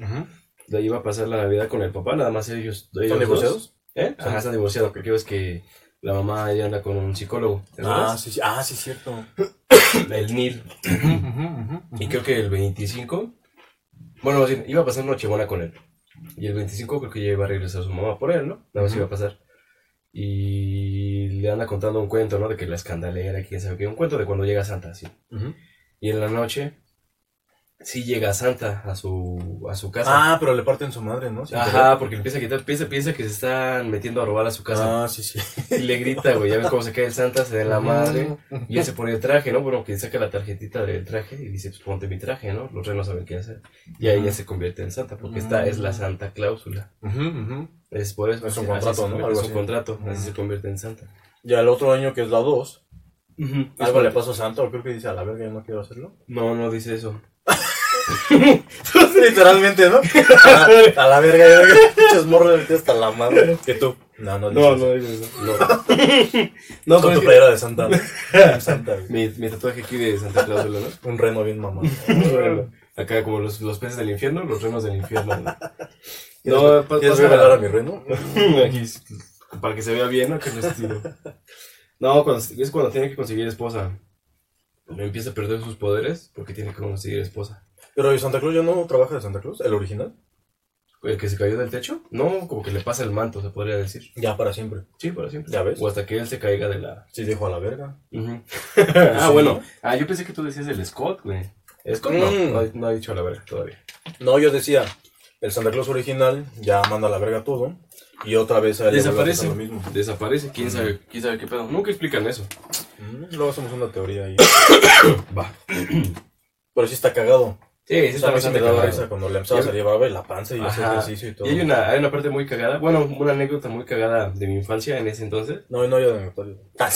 De ahí iba a pasar la Navidad con el papá, nada más ellos. ellos ¿Son dos. divorciados? ¿Eh? Ajá, Ah. están divorciados, porque ves que la mamá ya anda con un psicólogo. ¿te Ah, acuerdas? sí, sí, ah, sí, cierto. El Nil. Y creo que el 25. Bueno, más bien, iba a pasar Nochebuena con él. Y el 25 creo que ya iba a regresar su mamá por él, ¿no? Nada más Ujú. iba a pasar. Y le anda contando un cuento, ¿no? De que la escandalera, quién sabe qué. Un cuento de cuando llega Santa, sí. Ujú. Y en la noche, sí llega Santa a su, a su casa. Ah, pero le parten su madre, ¿no? Sin Ajá, porque empieza a quitar, piensa, piensa que se están metiendo a robar a su querer. casa. Ah, sí, sí. Y le grita, güey, ya ves cómo se cae el Santa, se da la madre. Y él se pone el traje, ¿no? Bueno, que saca la tarjetita del traje y dice, pues ponte mi traje, ¿no? Los renos saben qué hacer. Y ahí ya se convierte en santa, porque esta es la santa cláusula. Ujú, ujú. Ah. Es por eso. Es un así contrato, se ¿no? convierte- Algo Es así. un contrato, así Ujú. se convierte en santa. Ya el otro año, que es la 2, Es algo le como- pasa a Santa, o creo que dice a la verga, yo no quiero hacerlo. No, no dice eso. Literalmente, ¿no? A la, a la verga, yo no quiero. Muchos morros metí hasta la madre. Que tú. No, no, No, dices no eso. dice eso. No, no Con pero tu es que- playera de Santa. ¿no? Santa, güey. mi, mi tatuaje aquí de santa cláusula, ¿no? Un reno bien mamado. Acá como los, los peces del infierno, los renos del infierno. ¿no? ¿Quieres- pa- ¿Quieres pásame regalar la- a mi reno? Aquí es- para que se vea bien, ¿no? Que no es estilo. No, cuando- es cuando tiene que conseguir esposa. Cuando empieza a perder sus poderes porque tiene que conseguir esposa. Pero ¿y Santa Cruz ya no trabaja de Santa Cruz? ¿El original? ¿El que se cayó del techo? No, como que le pasa el manto, se podría decir. Ya para siempre. Sí, para siempre. ¿Ya ves? O hasta que él se caiga de la. Sí, dijo a la verga. ah, Sí, bueno. ¿no? Ah, yo pensé que tú decías el Scott, güey. Es como. no, Mm. No, ha- no ha dicho la verga todavía. No, yo decía, el Santa Claus original ya manda a la verga todo y otra vez a él le vuelve a pasar Desaparece. lo mismo. Desaparece, quién sabe, quién sabe qué pedo. Mm. Nunca explican eso. Mm, Luego hacemos una teoría ahí. Va. Pero sí está cagado. Sí, O sí, sea, está a mí sí bastante me daba cagado. risa cuando le empezaba a Y- salir barba y la panza y hacía Ajá. ejercicio y todo. Y hay una, hay una parte muy cagada, bueno, una anécdota muy cagada de mi infancia en ese entonces. No, no, yo de mi parte. Ah,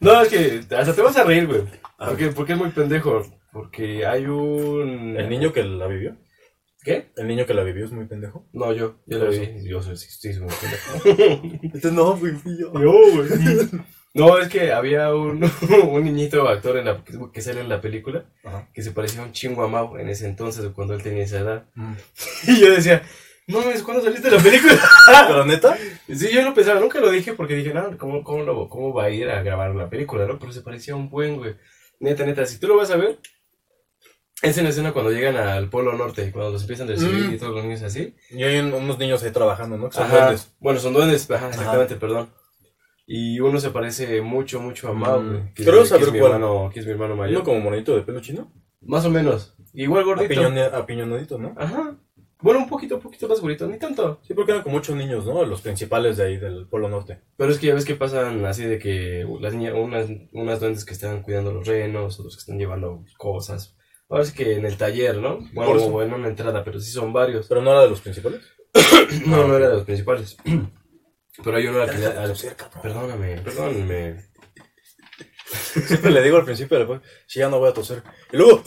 No, es que hasta te vas a reír, güey. Porque, porque es muy pendejo. Porque hay un... ¿El niño que la vivió? ¿Qué? ¿El niño que la vivió es muy pendejo? No, yo, yo lo Por vi. Yo soy, sí, sí, soy muy pendejo. Este no, fui fui yo. Yo, güey. No, es que había un, un niñito actor en la, que sale en la película Ajá. que se parecía un chingo a Mau en ese entonces, cuando él tenía esa edad. Y yo decía, no mames, ¿cuándo saliste de la película? ¿Pero neta? Sí, yo lo pensaba, nunca lo dije porque dije, no, ¿cómo, cómo, lo- ¿cómo va a ir a grabar la película, no? Pero se parecía un buen, güey. Neta, neta, si tú lo vas a ver, es en la escena cuando llegan al Polo Norte, y cuando los empiezan a recibir Mm. y todos los niños así. Y hay un- unos niños ahí trabajando, ¿no? Que son Ajá. duendes. Bueno, son duendes, ajá, exactamente, perdón. Y uno se parece mucho, mucho a Mao, Mm. güey. que Quiero es- que es saber mi cuál. hermano- que es mi hermano mayor. ¿Uno como monito de pelo chino? Más o menos. Igual gordito. Apiñone- Apiñonadito, ¿no? Ajá. Bueno, un poquito, un poquito más gordito, ni tanto. Sí, porque eran como ocho niños, ¿no? Los principales de ahí del Polo Norte. Pero es que ya ves que pasan así de que las niñas, unas, unas duendes que están cuidando los renos, otros que están llevando cosas. Ahora sí que en el taller, ¿no? Bueno, Por eso. o en una entrada, pero sí son varios. ¿Pero no era de los principales? No, Ah, no era de los principales. Pero hay uno al que... al- Pero Perdóname, perdóname. siempre le digo al principio, después, si ya no voy a toser. Y luego,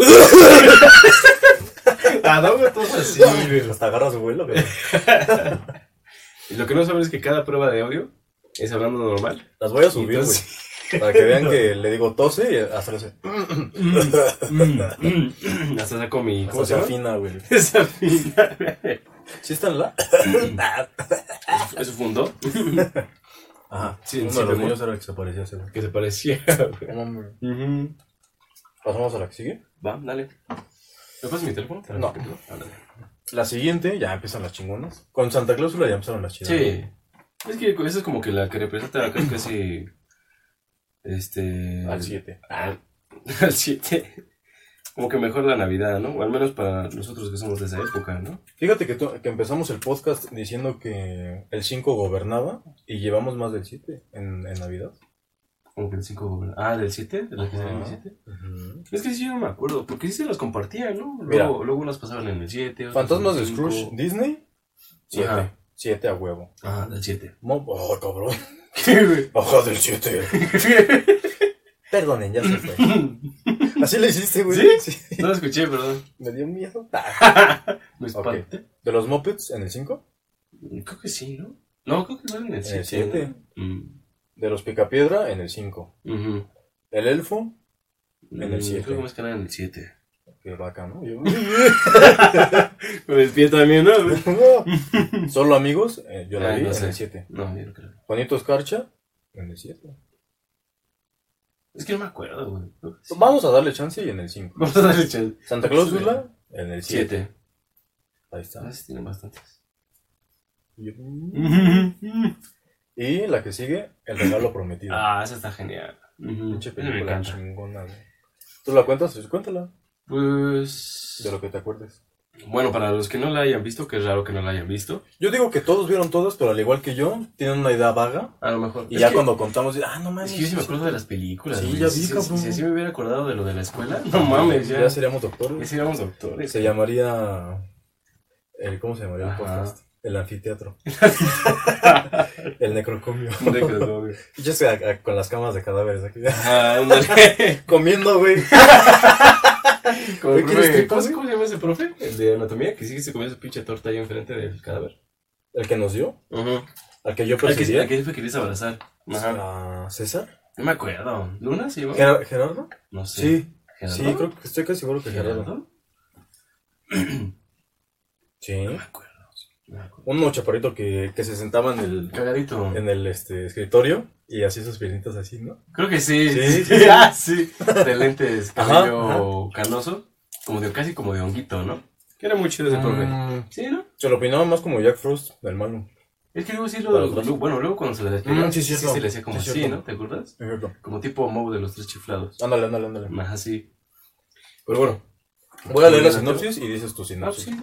Ah, dame todos así, güey. hasta agarra su vuelo. güey. Y Lo que no saben es que cada prueba de audio es hablando normal. Las voy a subir, güey. Entonces- Para que vean que le digo tose y hasta le hace. Hasta saco mi... Mm, Hasta ¿Cómo se se llama? afina, güey. Esa fina. ¿Sí están la? Ah. Eso fundó. Ajá. Sí, Uno sí, de los ¿no? niños era el que se parecía a ese, güey. Que se parecía, güey. Ujú. ¿Pasamos a la que sigue? Va, dale. ¿Me pasas mi teléfono? No. Ándale. La siguiente, ya empiezan las chingonas. Con Santa Clausula ya empezaron las chidas. Sí. Es que esa es como que la que representa casi casi. Este. Al 7. al- Al 7. Como que mejor la Navidad, ¿no? O al menos para nosotros que somos de esa época, ¿no? Fíjate que, to- que empezamos el podcast diciendo que el 5 gobernaba y llevamos más del 7 en, en Navidad. Como que el 5. Ah, del 7, de la que salió el Ajá. 7. Es que sí, yo no me acuerdo, porque sí se las compartía, ¿no? Luego, Mira. luego unas pasaban en el 7. Fantasmas de Scrooge, Disney, 7. Ajá. 7 a huevo. Ah, del 7. Mo- Oh, cabrón. ¿Qué, güey? Baja del 7. Perdonen, ya se fue. Así le hiciste, güey. ¿Sí? No lo escuché, perdón. Me dio miedo. Me Ok. espanté. ¿De los Muppets en el 5? Creo que sí, ¿no? No, creo que salen en el Mm, En el 7. De los Picapiedra en el 5. El elfo, En el siete. Mm, Creo que más que nada en el 7. que vaca, ¿no? Yo- Me despierto también, ¿no? Solo amigos, eh, yo la Ay, vi no en sé. el 7. No, yo no creo. Juanito Escarcha, en el 7. Es que no me acuerdo, güey. Creo que sí. Vamos a darle chance y en el 5. Vamos a darle chance. Santa Clausula, en el 7. 7. Ahí está. Ah, sí, tienen bastantes. Y la que sigue, El regalo prometido. Ah, esa está genial. Ujú. Pinche Esa Me película encanta. chingona, güey. ¿Tú la cuentas? Pues cuéntala. Pues. De lo que te acuerdes. Bueno, para los que no la hayan visto, que es raro que no la hayan visto. Yo digo que todos vieron todas, pero al igual que yo, tienen una idea vaga. A lo mejor. Y Es ya que- cuando contamos, dicen, ah, no Es mames. que yo sí me acuerdo de las películas. Sí, güey. ya vi, Si- cabrón. Si así me hubiera acordado de lo de la escuela, no mames, ya. Ya seríamos doctores. Ya seríamos doctores. Se llamaría. el- ¿Cómo se llamaría el Ajá. podcast? El anfiteatro. el necrocomio. Yo estoy a- a- con las camas de cadáveres aquí. Ah, ándale. Comiendo, güey. Como el ¿Qué profe- quieres que ¿Cómo, pase? cómo se llama ese profe? El de anatomía, que sí que se comió esa pinche torta ahí enfrente del cadáver. El que nos dio, Ajá. al que yo Al que, perseguía. al que siempre querías abrazar. Ajá. ¿A César? No me acuerdo. ¿Luna se llamaba? ¿Gerar- ¿Gerardo? No sé. Sí, ¿Gerardo? sí, creo que estoy casi seguro que ¿Gerardo? Gerardo. Sí. No me acuerdo. No me acuerdo. Uno chaparrito que, que se sentaba en el, Cagadito. en el este, escritorio y hacía sus piernitas así, ¿no? Creo que sí. Sí, sí. Ah, sí. De lentes, Ajá, cabello canoso. Como de, casi como de honguito, ¿no? Que era muy chido ese profe. Mm, Sí, ¿no? se lo opinaba más como Jack Frost, del malo. Es que luego sí lo, Para lo- bueno, luego cuando se le despegaba, Mm, sí, sí, cierto. se le hacía como Sí, así, cierto. ¿no? ¿Te acuerdas? Es cierto. Como tipo Moe de los tres chiflados. Ándale, ándale, ándale. Más así. Pero bueno. Voy a leer la Sí, sinopsis y dices tu No, sinopsis. sí.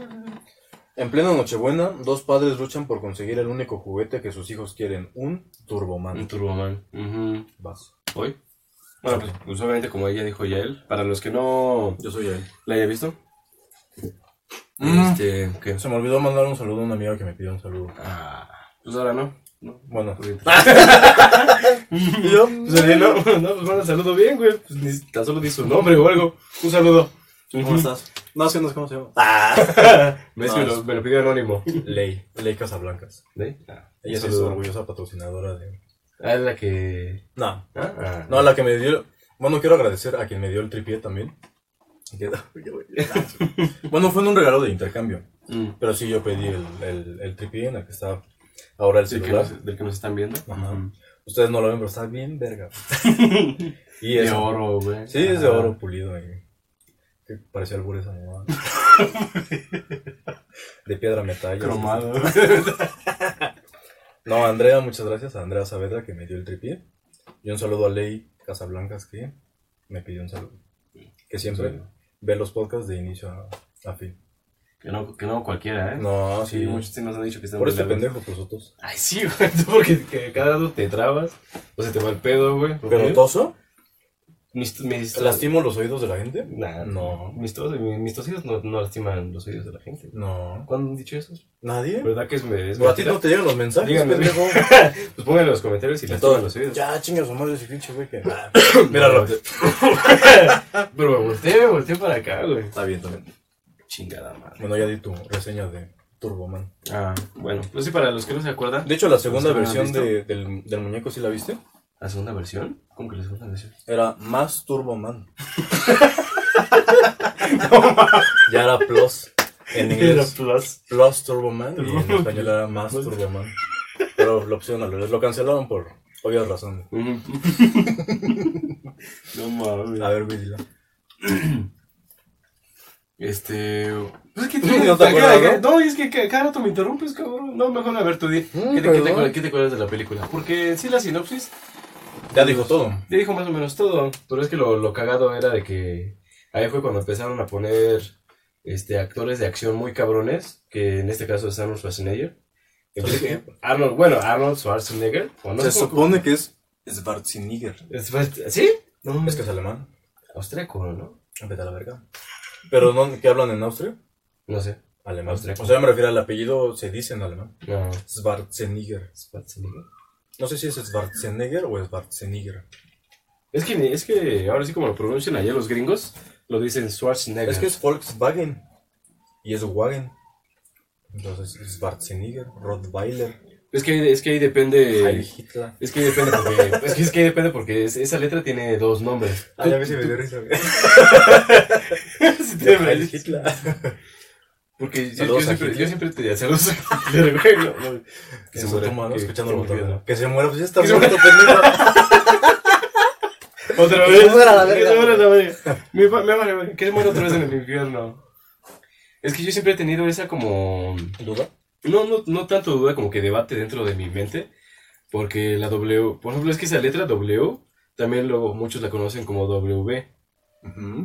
En plena Nochebuena, dos padres luchan por conseguir el único juguete que sus hijos quieren, un Un Turboman. Turboman. Ujú. Vas. ¿Hoy? Bueno, pues, pues, obviamente como ella dijo ya él, para los que no Yo soy él. la haya visto. Mm. Este, ¿qué? Se me olvidó mandar un saludo a una amiga que me pidió un saludo. Ah, pues ahora no. Ah, pues, No. Bueno, ¿Y yo? Pues el no, no, pues manda saludo bien, güey. Pues ni tan solo di su nombre o algo. Un saludo. ¿cómo estás? No, es que no sé cómo se llama. Me, Ah, dice, me lo, me lo pidió anónimo. Ley, Ley Casablancas. ¿Sí? Ah, un Ella sí es saludo. orgullosa patrocinadora de... Ah, es la que. No, Ah, ah. no, la que me dio... Bueno, quiero agradecer a quien me dio el tripié también. Que- bueno, fue en un regalo de intercambio. Mm. Pero sí, yo pedí el, el, el tripié en el que está ahora el Sí, que celular. nos- del que nos están viendo. Mm. Ajá. Ujú. Ustedes no lo ven, pero está bien verga. y De es oro, güey. Sí, es de Ah. oro pulido. eh. Que parece algo esa mamada. de piedra metal. Cromado. No, Andrea, muchas gracias. A Andrea Saavedra que me dio el tripié. Y un saludo a Ley Casablancas que me pidió un saludo. Que siempre Sí. ve los podcasts de inicio a, a fin. que, no, que no cualquiera, ¿eh? No, Sí, muchos sí nos han dicho que están Por muy este largos. pendejo, pues otros. Ay, sí, güey. Tú porque que cada rato te trabas o se te va el pedo, güey. Pero toso, Mis, mis, lastimo los oídos de la gente. Nah, No. no. Mis, tos, mi- mis tosidos no, no lastiman los oídos de la gente. No. ¿Cuándo han dicho eso? ¿Nadie? ¿Verdad que es, es ¿O a ti mentira? no te llegan los mensajes, Díganme. pendejo? Pues pónganlo en los comentarios y lastiman los oídos. Ya, chinga su madre ese pinche güey que... Ah, Míralo. Pero me volteé, me volteé para acá, güey. Está bien también. Chingada madre. Bueno, ya di tu reseña de Turboman. Ah, bueno. Pues sí, para los que no se acuerdan, De hecho, la segunda ¿Sí la has versión visto? de- del, del muñeco, ¿sí la viste? la segunda versión. ¿Cómo que la segunda versión? Era más Turboman. ya era Plus en inglés. Plus. Plus Turboman y en Turboman. español era más Más. Turboman. Pero lo opcional, lo cancelaron por obvias razones. no A mames. ver, Vidila. Este. Pues es que ¿No te acuerdas, no, es que ca- cada rato me interrumpes, cabrón. No, mejor a ver tú di. Mm, ¿Qué te, qué te perdón. acuerdas- qué te acuerdas de la película? Porque sí, la sinopsis Ya dijo todo. ya dijo más o menos todo. Pero es que lo, lo cagado era de que ahí fue cuando empezaron a poner este, actores de acción muy cabrones. Que en este caso es Arnold Schwarzenegger. Entonces, Arnold, bueno, Arnold Schwarzenegger. ¿o no? Se supone que es Schwarzenegger. Es- fue- ¿Sí? No, Es que es alemán. austríaco, ¿no? Vete a la verga. Pero no, ¿qué hablan en Austria? No sé. Alemán. Austriaco. O sea, me refiero al apellido, se dice en alemán. No. Schwarzenegger. Schwarzenegger. No sé si es Schwarzenegger o Schwarzenegger. Es que, ni- es que ahora sí como lo pronuncian allá los gringos, lo dicen Schwarzenegger. Es que es Volkswagen. Y es Wagen. Entonces, Schwarzenegger, Rottweiler, es que, es que ahí depende... Heil Hitler. Es que ahí depende porque, es que, es que ahí depende porque es- esa letra tiene dos nombres. Ah, ya ves, me dio risa. güey. Sí, Heil Hitler. Porque yo, yo Saludos a siempre, Hitler. yo siempre te saludos a Hitler, güey, no, no. Que se muera. ¿no? Escuchando que- el que- botón. Que se muera, pues ya está Que se muerto, pendejo. Otra Que vez. se muera la Que verga. se muera la verga. Me va- me vale, verga. Que se muera otra vez en el infierno. Es que yo siempre he tenido esa como... ¿Duda? No, no, no tanto duda como que debate dentro de mi mente, porque la W, por ejemplo, es que esa letra W, también luego muchos la conocen como W,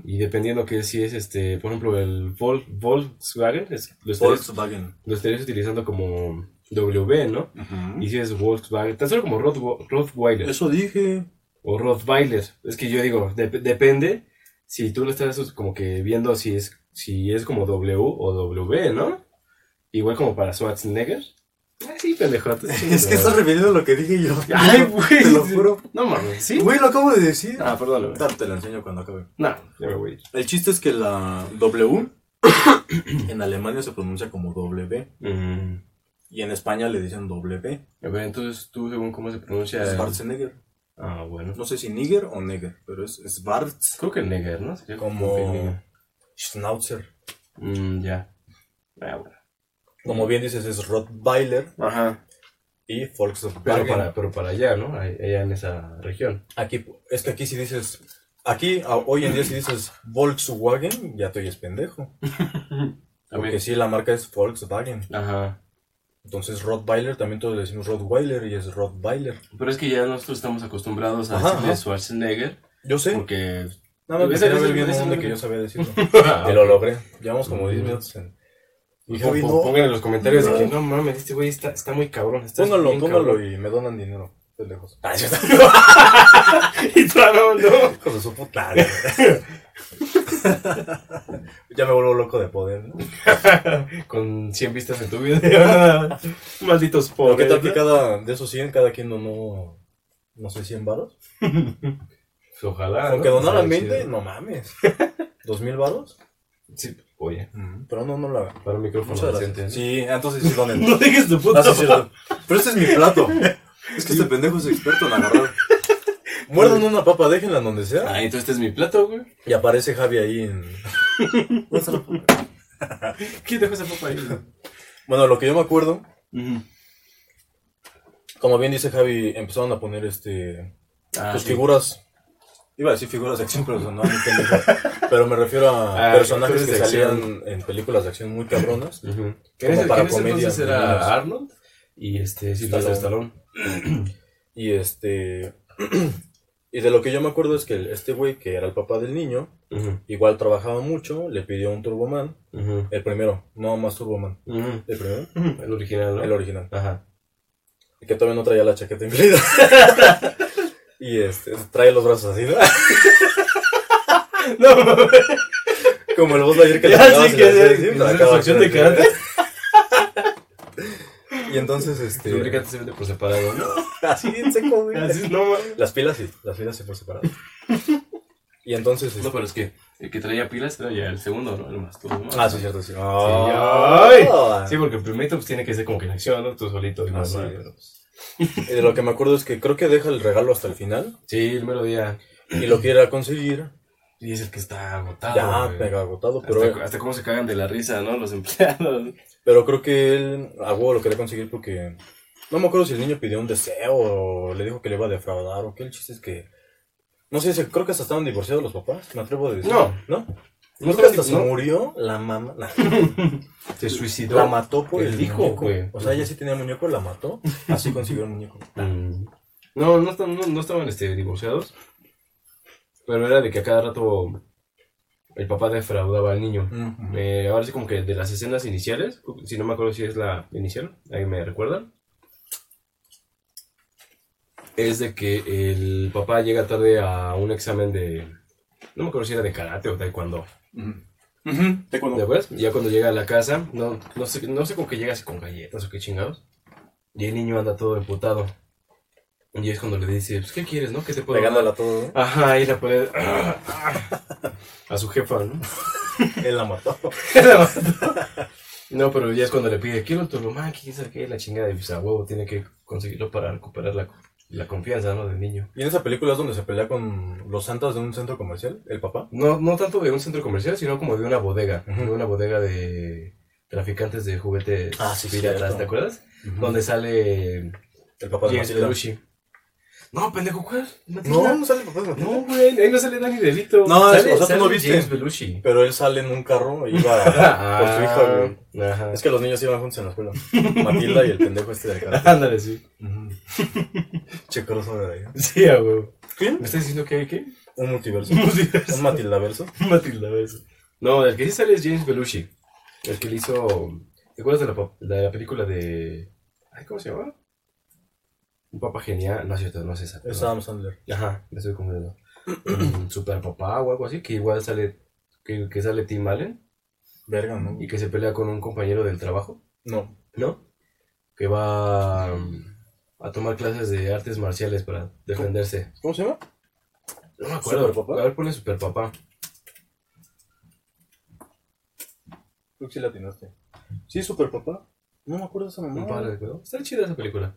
y dependiendo que si es este, por ejemplo, el Vol- Volkswagen, es- Este, lo, estarías, Volkswagen. lo estarías utilizando como W, ¿no? Ujú. Y si es Volkswagen, tan solo como Rottwe- Rottweiler Eso dije. o Rottweiler, es que yo digo, dep- depende si tú lo estás us- como que viendo si es, si es como W o W, ¿no? Igual como para Schwarzenegger. Ah, sí, pendejo. tú sí, Es que no. estás repitiendo lo que dije yo. Ay, güey. Te lo juro. No mames, ¿sí? Güey, lo acabo de decir. Ah, perdóname. Ahorita Te lo enseño cuando acabe. No, ya me voy a ir. El chiste es que la W en Alemania se pronuncia como W y en España le dicen W. Mm, A ver, entonces tú, según cómo se pronuncia. el- Schwarzenegger. Ah, bueno. No sé si Niger o Neger, pero es Schwarz. Creo que el Neger, ¿no? Sería que Como Neger. Schnauzer. Mm, ya. Ah, bueno. Como bien dices, es Rottweiler Ajá. y Pero Volkswagen. para, pero para allá, ¿no? Ahí- Allá en esa región. Aquí, es que aquí si dices. Aquí, a- hoy en día, si dices Volkswagen, ya te oyes pendejo. Porque También. sí, la marca es Volkswagen. Ajá. Entonces, Rottweiler también todos le decimos Rottweiler y es Rottweiler. Pero es que ya nosotros estamos acostumbrados a Ajá, decirle ajá. Schwarzenegger Yo sé. porque ah, Nada más me Ese- quería ese- ver bien ese- onda ese- que yo sabía decirlo. Que lo logré. Llevamos como 10 minutos en... Y Javi, Po- no. po- Pongan en los comentarios de No. que no mames, este güey está, está muy cabrón. Está Póngalo, bien póngalo cabrón". y me donan dinero. Pendejos. Ah, ya está. Y tú, ah, no, no. Hijos de su puta. madre. ya me vuelvo loco de poder. ¿no? Con 100 vistas en tu video. Malditos Pero ¿Qué pobres. tal que ¿no? cada, de esos 100, cada quien donó, no sé, 100 varos? Pues Ojalá. Aunque ¿no? donaran Estaría 20, chido. no mames. ¿Dos mil varos? Sí, oye, Pero no, no la veo. para un micrófono Muchas decente. gracias. Sí, ah, entonces sí donen. No dejes tu puta. Ah, sí, sí, donen. Pero este es mi plato. Es que este pendejo es experto en agarrar. Muerdan una papa, déjenla en donde sea. Ah, entonces este es mi plato, güey. Y aparece Javi ahí en... ¿Quién dejó esa papa ahí? güey? Bueno, lo que yo me acuerdo Ujú. Como bien dice Javi, empezaron a poner este Ah, pues sí. figuras. Iba a decir figuras de acción, pero no, no entendí. Pero me refiero a Ah, personajes que actores de salían en películas de acción muy cabronas. Ujú. Que Como en ese- para que en ese comedia, entonces menos. era Arnold y este Silvestre Stallone. Stallone. Y este. Y de lo que yo me acuerdo es que el- este güey, que era el papá del niño, Ujú, igual trabajaba mucho, le pidió un Turboman. ujú, El primero, no más Turboman. ujú. El primero, El original, ¿no? el original. Ajá. El que todavía no traía la chaqueta incluida. y este, trae los brazos así, ¿no? No, Como el voz de ayer que le Ya, pegabas Ah, sí, y que le hacías es- así, que para es acabar sección con de el- karate. Y entonces, este. Lubricante se vende por separado, ¿no? Así en seco, güey. Así no, mames. Las pilas sí, las pilas sí por separado. Y entonces. No, pero es que el que traía pilas traía el segundo, ¿no? El más tú, ¿no? Ah, sí, cierto, sí. ay. Ah. Sí, porque el primero pues, tiene que ser como que en acción, ¿no? Tú solito. Ah, No, sí. no, pero- pues. Y de lo que me acuerdo es que creo que deja el regalo hasta el final Sí, el mero día. y lo quiere conseguir. Y es el que está agotado. Ya, güey. mega agotado, Hasta, pero, hasta cómo se cagan de la risa, ¿no? Los empleados. pero creo que él a huevo lo quería conseguir porque. No me acuerdo si el niño pidió un deseo o le dijo que le iba a defraudar o qué. El chiste es que. No sé, se- creo que hasta estaban divorciados los papás, me atrevo a decir. No. ¿No? No Creo que hasta si- se no, murió la mamá. Nah. Se suicidó. La mató por El el, hijo, muñeco. güey. O sea, ella sí tenía muñeco, la mató. Así consiguió el muñeco. Mm. No, no, estaban- no, no estaban este, divorciados. Pero era de que a cada rato el papá defraudaba al niño. Eh, ahora sí, como que de las escenas iniciales, si no me acuerdo si es la inicial, ahí me recuerdan. Es de que el papá llega tarde a un examen de. No me acuerdo si era de karate o taekwondo. Te cuando. Después, ya cuando llega a la casa, no, no sé, no sé con qué llega, si con galletas o qué chingados. Y el niño anda todo emputado. Y es cuando le dice, pues, ¿qué quieres, no? ¿Qué te puedo dar? Pegándola todo, ¿no? Ajá, y la puede... A su jefa, ¿no? Él la mató. no, pero ya es cuando le pide, quiero tu mamá, quién sabe qué, la chingada. Y pues, a huevo, tiene que conseguirlo para recuperar la, la confianza, ¿no? Del niño. Y en esa película es donde se pelea con los santos de un centro comercial, el papá. No, no tanto de un centro comercial, sino como de una bodega. Ujú. De una bodega de traficantes de juguetes Ah, sí, piratas, cierto. ¿te acuerdas? Donde sale El papá de James Matilda. Belushi. No, pendejo, ¿cuál? No, ¿Matilda? no sale el papá de Matilda. No, güey, ahí no sale Danny DeVito. No, sale, o sea, tú sale no viste. James Belushi. Pero él sale en un carro y iba por su hija, güey. güey. Ah, Ajá. Es que los niños iban juntos en la escuela. Matilda y el pendejo este de acá. Ándale, sí. Che crossover ahí. Sí, a huevo. ¿Quién? ¿Me estás diciendo que hay qué? Un multiverso. Un Un Matildaverso. Matilda Verso. No, el que sí sale es James Belushi. El que le hizo. ¿Te acuerdas de la, pa- de la película de. Ay, ¿Cómo se llama? Un papá genial. No es cierto, no es esa. Es perdón. Adam Sandler. Ajá, me estoy confundiendo. Un super papá o algo así, que igual sale. Que, que sale Tim Allen Verga, ¿no? y que se pelea con un compañero del trabajo, No. ¿no? Que va um, a tomar clases de artes marciales para defenderse. ¿Cómo se llama? No me acuerdo. ¿Superpapá? A ver, pone super papá. Creo que sí la atinaste. Sí, super papá. No me acuerdo de esa mamá. Está chida esa película.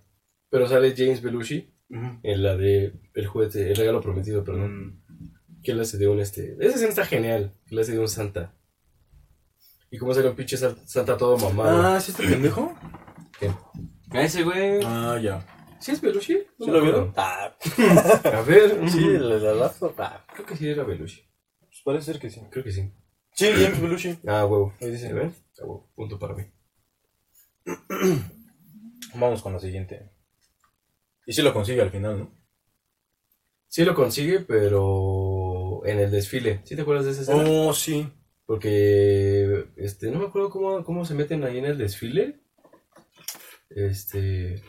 Pero sale James Belushi en la de El juguete, El regalo prometido, perdón. Mm. Que él hace de un este. Esa escena está genial. Que él hace de un santa. Y cómo sale un pinche san- santa todo mamado. Ah, ¿sí este pendejo? ese güey. Ah, ya. ¿Sí es Belushi? No ¿Sí me lo vieron? acuerdo. Ah, A ver. sí, ujú. la, la laptop. Ah, Creo que sí era Belushi. pues parece ser que sí. Creo que sí. Sí, James Belushi. Ah, huevo. Ahí dice. ¿Se ven? Ah, huevo. Punto para mí. Vamos con la siguiente. Y sí lo consigue al final, ¿no? Sí lo consigue, pero en el desfile. ¿Sí te acuerdas de esa escena? Oh, sí. Porque este, no me acuerdo cómo, cómo se meten ahí en el desfile. Este.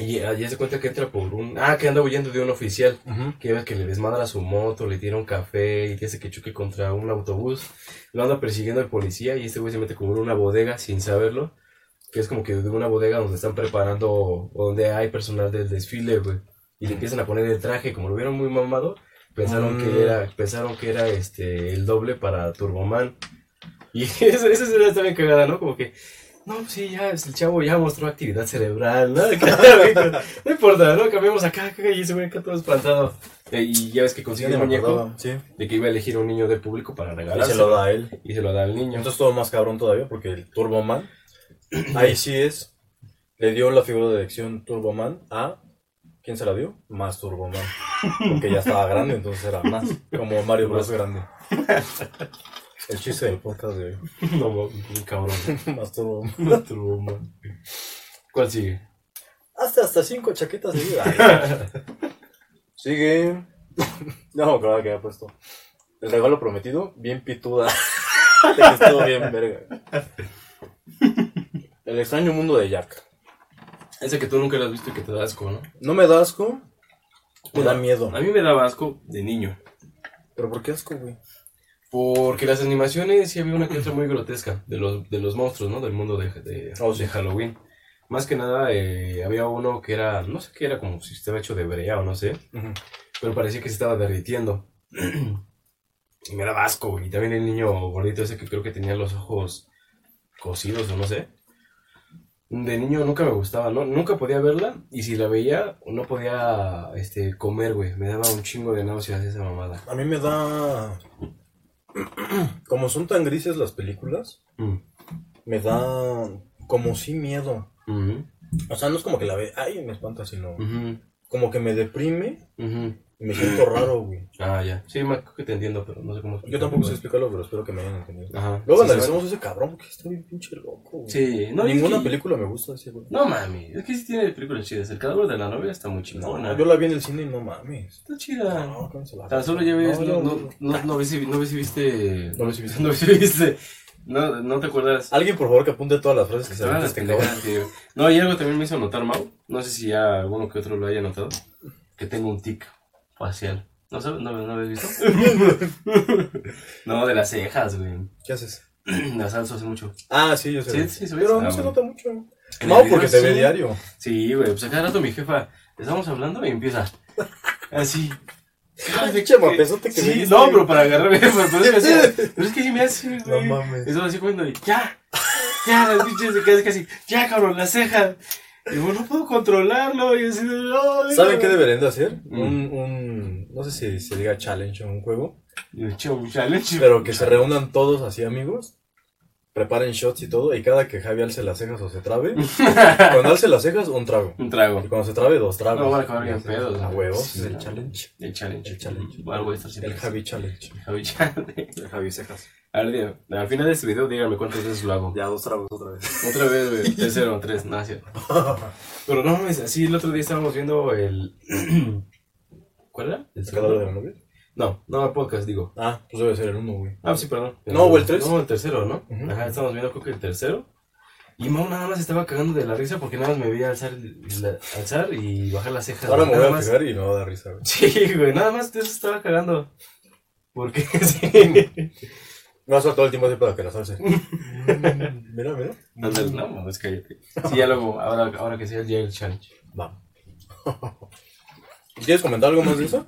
Y allí se cuenta que entra por un. Ah, que anda huyendo de un oficial. Que ves que le desmadra su moto, le tira un café y te hace que choque contra un autobús. Lo anda persiguiendo el policía y este güey se mete como en una bodega sin saberlo. Que es como que de una bodega donde están preparando o donde hay personal del desfile, güey. Y le empiezan a poner el traje, como lo vieron muy mamado. Pensaron Mm. que era, pensaron que era este el doble para Turboman. Y esa esa escena está bien cagada, ¿no? Como que no, pues sí, ya es- el chavo ya mostró actividad cerebral, ¿no? no importa, ¿no? Cambiamos acá, acá y ese güey acá todo espantado. Eh, Y ya ves que Sí, consigue me el muñeco acordaba, Sí. de que iba a elegir un niño del público para Y regalarse. se lo da a él. Y se lo da al niño. Entonces todo más cabrón todavía porque el Turboman, ahí sí es, le dio la figura de elección Turboman a, ¿quién se la dio? Más Turboman, porque ya estaba grande, entonces era más, como Mario Bros grande. El chiste del podcast de hoy, no, un cabrón. más Turboman. Una truma. ¿Cuál sigue? Hasta hasta cinco chaquetas de vida. Sigue, no, claro que había puesto. El regalo prometido, bien pituda. De que estuvo bien verga. El extraño mundo de Jack. Ese que tú nunca lo has visto y que te da asco, ¿no? No me da asco, me da miedo. A mí me daba asco de niño. ¿Pero por qué asco, güey? Porque las animaciones sí había una que otra muy grotesca de los, de los monstruos, ¿no? Del mundo de, de, Oh, sí. de Halloween. Más que nada eh, había uno que era, no sé qué era, como si estaba hecho de brea o no sé, pero parecía que se estaba derritiendo. y me daba asco, güey. Y también el niño gordito ese que creo que tenía los ojos cosidos o no sé. De niño nunca me gustaba, ¿no? Nunca podía verla y si la veía no podía este, comer, güey. Me daba un chingo de náuseas esa mamada. A mí me da... Como son tan grises las películas, Mm. me da como sí miedo. Ujú. O sea, no es como que la ve, ay, me espanta, sino mm, Ujú. como que me deprime Ujú. y me siento raro, güey. Ah, ya. Sí, ma- creo que te entiendo, pero no sé cómo Yo explicarlo, tampoco sé güey. explicarlo, pero espero que me hayan entendido. Ajá. Luego Sí, analizamos a ese cabrón porque está bien pinche loco, güey. Sí, no, Ninguna es que- película me gusta ese, güey. No, mami. Es que sí tiene películas chidas. El cadáver de la novia está muy No, chingona. yo la vi en el cine y no mames. Está chida. No, cállense la Ah. Tan solo ya ves, yo no, no, no, no ves si, no ves si viste... No ves si viste. No ves si viste. No, no te acuerdas. Alguien, por favor, que apunte todas las frases que Que se se van ven las este cabrón. pendejadas, tío. No, y algo también me hizo notar, Mau. No sé si ya alguno que otro lo haya notado. Que tengo un tic facial. ¿No sabes? ¿No, no habías visto? no, de las cejas, güey. ¿Qué haces? Las alzo hace mucho. Ah, sí, yo sé. Sí, sí, se ve. Pero no Ah, se bueno. nota mucho. En No, el porque se video, ve sí. diario. Sí, güey, pues a cada rato mi jefa, estamos hablando y empieza así. Ay, Ah, pinche mapesote que me Sí, diste. no, pero para agarrar, güey, pero, pero es que así, pero es que sí me hace, No güey. mames. Eso así cuando, ya, ya, las pinches se quedan casi, ya, cabrón, las cejas. Y bueno, no puedo controlarlo, y así, no. ¿Saben qué deberían de hacer? Mm. Un, un, no sé si se diga challenge o un juego, Le eché un challenge. pero que se reúnan todos así amigos, preparen shots y todo, y cada que Javi alce las cejas o se trabe, cuando alce las cejas, un trago. Un Y trago. cuando se trabe, dos tragos. No, van a acabar bien pedos, A güey. huevos. Sí, es el no. challenge. El challenge. El challenge. Algo de estar siempre. El Javi challenge. El Javi challenge. El Javi cejas. A ver, Diego, al final de este video, dígame cuántas veces lo hago. Ya dos tragos otra vez. Otra vez, güey. Tercero, tres, nada, cierto. Pero no mames, así el otro día estábamos viendo el. ¿Cuál era? ¿El cadáver de la novia? No, no, el podcast, digo. Ah, pues debe ser el uno, güey. Ah, sí, perdón. No, o el tres. No, el tercero, ¿no? Ujú. Ajá, estábamos viendo, creo que el tercero. Y Mau nada más estaba cagando de la risa porque nada más me veía alzar, la- alzar y bajar las cejas. Ahora me Nada voy a más. fijar y no da risa, güey. Sí, güey, nada más de eso estaba cagando. Porque sí. No, eso todo el tiempo así para que las alce. Mm, mira, mira. No, no, no, mames, cállate. Sí, ya luego, ahora, ahora que sea el día del challenge. Va. ¿Quieres comentar algo más de eso?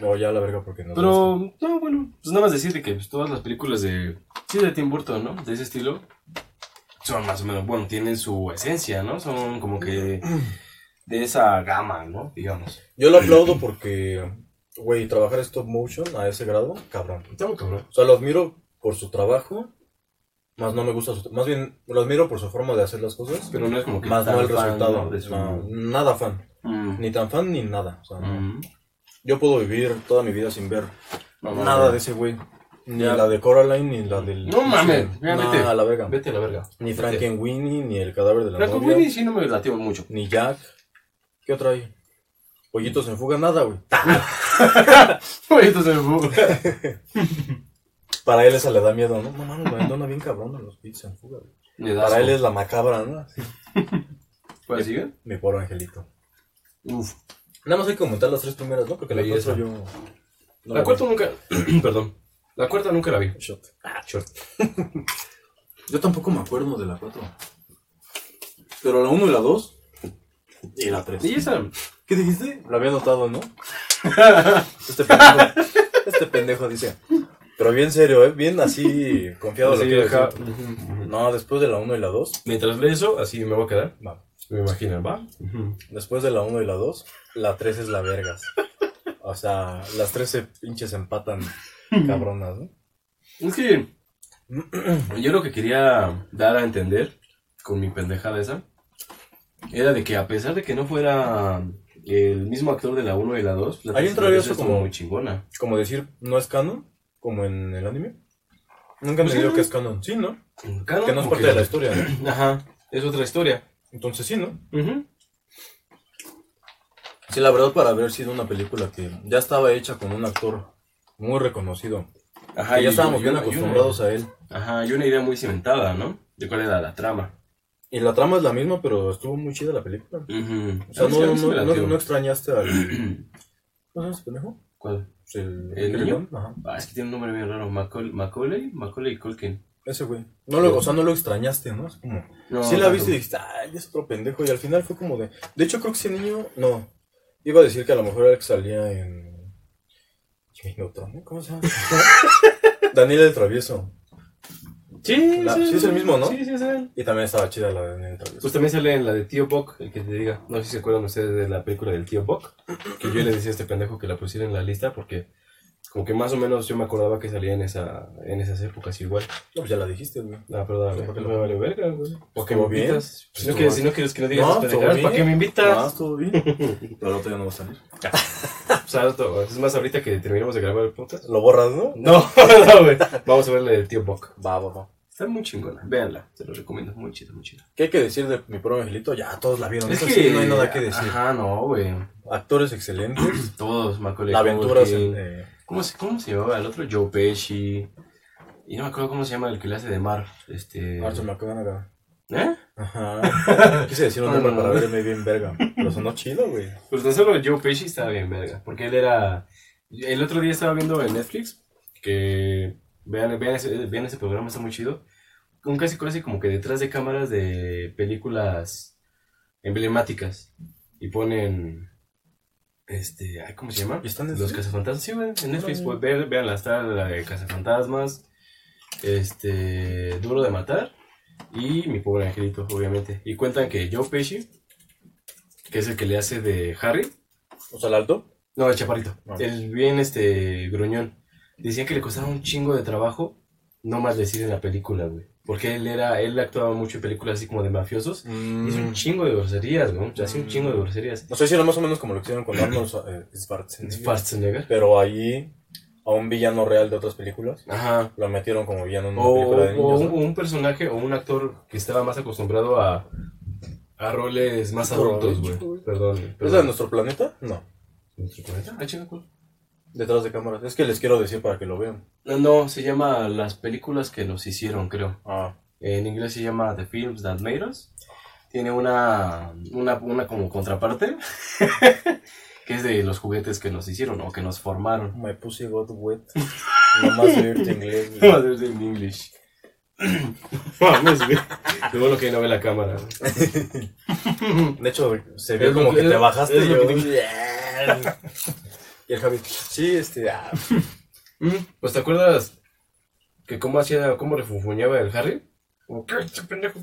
No, ya la verga porque no. Pero, no, bueno, pues nada más decirte que pues, todas las películas de. Sí, de Tim Burton, ¿no? De ese estilo. Son más o menos, bueno, tienen su esencia, ¿no? Son como que. De esa gama, ¿no? Digamos. Yo lo aplaudo porque, güey, trabajar stop motion a ese grado, cabrón. Está muy cabrón. O sea, lo admiro por su trabajo, más no me gusta su... Más bien, lo admiro por su forma de hacer las cosas, Pero no es como que. más no tan el fan, resultado. ¿no? De su- No, nada fan. Mm. Ni tan fan ni nada. O sea, no. Mm. Yo puedo vivir toda mi vida sin ver No, no, nada no. de ese güey. Ni Ya. la de Coraline, ni la del... No mames, ya Nah, vete. a la verga. Vete a la verga. Ni Vete. Frankenweenie, ni el cadáver de la Franco novia. Winnie sí no me latió mucho. ni Jack. ¿Qué otra hay? Pollitos en fuga, nada, güey. Güey, esto se me fue. Para él esa le da miedo, ¿no? No mames, me dona bien cabrón a los Beats en fuga. güey. Le das. Para él es la macabra, ¿no? Así, ¿Puedes seguir? mi pobre angelito. Uf. Nada más hay que comentar las tres primeras, ¿no? Porque la Belleza. cuatro yo. no la vi. cuarta nunca. Perdón. La cuarta nunca la vi. Shot. Ah, shot. Yo tampoco me acuerdo de la 4. Pero la 1 y la 2 y la 3. Y esa. ¿Qué dijiste? Lo había notado, ¿no? Este pendejo, este pendejo dice. Pero bien serio, ¿eh? Bien así confiado. así lo quiero deja- decir. No, después de la 1 y la 2. Mientras leo eso, así me voy a quedar. Va. Me imagino, ¿va? Después de la 1 y la 2, la 3 es la vergas. O sea, las 3 se pinches empatan cabronas, ¿no? Es que. Yo lo que quería dar a entender con mi pendejada esa era de que a pesar de que no fuera el mismo actor de la 1 y la 2, la Ahí tres- la entraría tres eso estuvo como- muy chingona. Como decir, no es canon, como en el anime. Nunca he Pues entendido sí, ¿no? Ah, que es canon. Sí, ¿no? Acá, ¿no? Que no es Como parte que- de la historia. ¿no? Ajá, es otra historia. Entonces sí, ¿no? Ujú. Sí, la verdad, para haber sido una película que ya estaba hecha con un actor muy reconocido. Que Ajá, Ah, ya y- estábamos y bien una- y una- acostumbrados a él. Ajá, y una idea muy cimentada, ¿no? De cuál era la trama. Y la trama es la misma, pero estuvo muy chida la película. Ujú. O sea, A mí sí- a no, mí sí no, me no- latió. no extrañaste al... ¿No sabes, pendejo? ¿Cuál? Pues El, ¿El niño? león, Ajá. Ah, es que tiene un nombre bien raro. Macaul- Macaulay, Macaulay Culkin. Ese güey. No lo, o sea, no lo extrañaste, ¿no? Es como... No, sí la tanto. viste y dijiste, ay, es otro pendejo. Y al final fue como de... De hecho, creo que ese niño... No. Iba a decir que a lo mejor era el que salía en... Jimmy Neutron, ¿no? ¿Cómo se llama? Daniel el Travieso. Sí, La- sí es el mismo, ¿no? Sí, sí es él. Y también estaba chida la de Daniel el Travieso. Pues también sale en la de Tío Bock, el que te diga. No sé si se acuerdan ustedes de la película del Tío Bock. Que yo le decía a este pendejo que la pusiera en la lista porque, como que más o menos yo me acordaba que salía en, esa, en esas épocas igual. No, pues ya la dijiste, güey. No, perdón, Pues, ¿por qué me no? vale verga, güey. ¿Por qué Estuvo Pues me bien. Pues invitas? Si no Estuvo bien. quieres, si no quieres que no digas No, esas estuvo pendejadas, ¿para bien. qué me Ah, invitas? todo bien. Pero ahorita ya no va a salir. O sea, esto- Pues es más, ahorita que terminemos de grabar el podcast. Lo borras, ¿no? No, no, güey. Vamos a ver la del Tío Bock. Va, va, va. Está muy chingona, véanla, se los recomiendo, muy chida, muy chida. ¿Qué hay que decir de mi pobre angelito? Ya todos la vieron. Eso sí, no hay nada que decir. Ajá, no, güey. Actores excelentes. Todos, Macaulay la aventura es Culkin. en- eh, ¿Cómo se, ¿Cómo se llamaba el otro? Joe Pesci. Y no me acuerdo cómo se llama el que le hace de mar. Este. Arthur McConaughey. ¿eh? Ajá. Quise decir un No, no, nombre no. para verme bien verga. Pero sonó chido, güey. Pues tan solo Joe Pesci estaba bien verga. Porque él era. El otro día estaba viendo en Netflix. Que. Vean, vean, ese, vean ese programa, está muy chido. Un casi casi como que detrás de cámaras de películas emblemáticas. Y ponen. Este. ay, ¿Cómo se llama? ¿Y están en Los Netflix? cazafantasmas. Sí, güey. En Netflix, Órale. pues vean, veanla. Está la de cazafantasmas. Este. Duro de matar. Y mi pobre angelito, obviamente. Y cuentan que Joe Pesci. Que es el que le hace de Harry. O sea, el alto. No, el chaparrito. Ah. El bien este gruñón. Decían que le costaba un chingo de trabajo no más decir en la película, güey. Porque él era, él actuaba mucho en películas así como de mafiosos. Mm. Y Hizo un chingo de groserías, güey. Hacía un chingo de groserías. No sé si era más o menos como lo que hicieron con Arnold Schwar- eh, Schwarzenegger. Schwarzenegger. Pero ahí, a un villano real de otras películas, Ajá. lo metieron como villano en una O, película de o niños. un, ¿no? o un personaje o un actor que estaba más acostumbrado a, a roles más adultos, güey. Perdón. ¿Es la de perdón. nuestro planeta? No. ¿Nuestro planeta? Ah, chinga, ¿cuál? Detrás de cámaras. Es que les quiero decir para que lo vean. No, no, se llama Las películas que nos hicieron, creo. Ah, En inglés se llama The Films That Made Us. Tiene una, una, una como contraparte, que es de los juguetes que nos hicieron o que nos formaron. my pussy got wet. Nomás de irte inglés. güey. Madre en English. Mames, güey. Qué bueno que ahí no ve la cámara. güey. De hecho, se Es vio lo como que- que, te es- bajaste. es lo yo- que Y el Javi, sí, este, ah, Mm, Pues te acuerdas que cómo hacía, cómo refunfuñaba el Harry? Como, "¿Qué, este pendejo?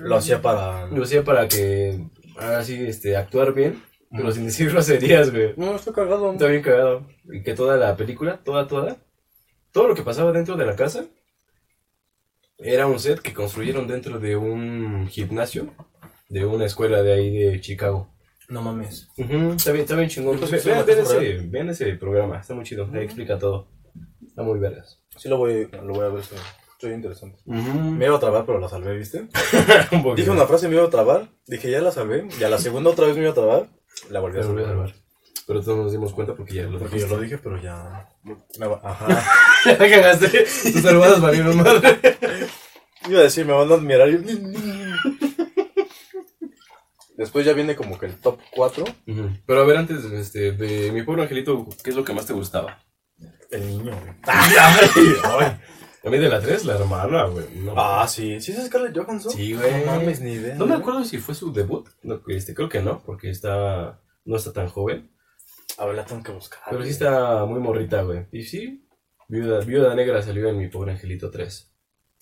lo hacía para... Lo hacía para que, así, este, actuar bien, pero sin decir groserías, güey. No, estoy cagado. Está bien cagado. Y que toda la película, toda, toda, todo lo que pasaba dentro de la casa era un set que construyeron dentro de un gimnasio de una escuela de ahí de Chicago. No mames. Ujú, Está bien, está bien chingón. Ve- Entonces, Vean ¿sí? vean ese, vean ese programa, está muy chido, ahí explica todo. Está muy vergas. Sí lo voy, lo voy a ver, soy, soy interesante. Me iba a trabar, pero la salvé, ¿viste? Un poquito. Dije una frase, me iba a trabar. Dije, ya la salvé. Y a la segunda otra vez me iba a trabar. La volví a Pero voy a salvar. salvar. Pero todos nos dimos cuenta porque ya lo Porque yo lo dije, pero ya. Me va- Ajá. Ya la cagaste. Tus hermanas valieron madre. Iba a decir, me van a admirar. y- Después ya viene como que el top 4. Pero a ver, antes este, de mi pobre angelito, ¿qué es lo que más te gustaba? El niño, Ah, güey. A mí de la 3, la hermana, güey. No. Ah, sí. ¿Sí es Scarlett Johansson? Sí, güey. No mames, ni idea. No me güey. acuerdo si fue su debut. No, que este, creo que no, porque está, no está tan joven. A ver, la tengo que buscar. Pero güey. sí está muy morrita, güey. Y sí, Viuda, Viuda Negra salió en mi pobre angelito 3.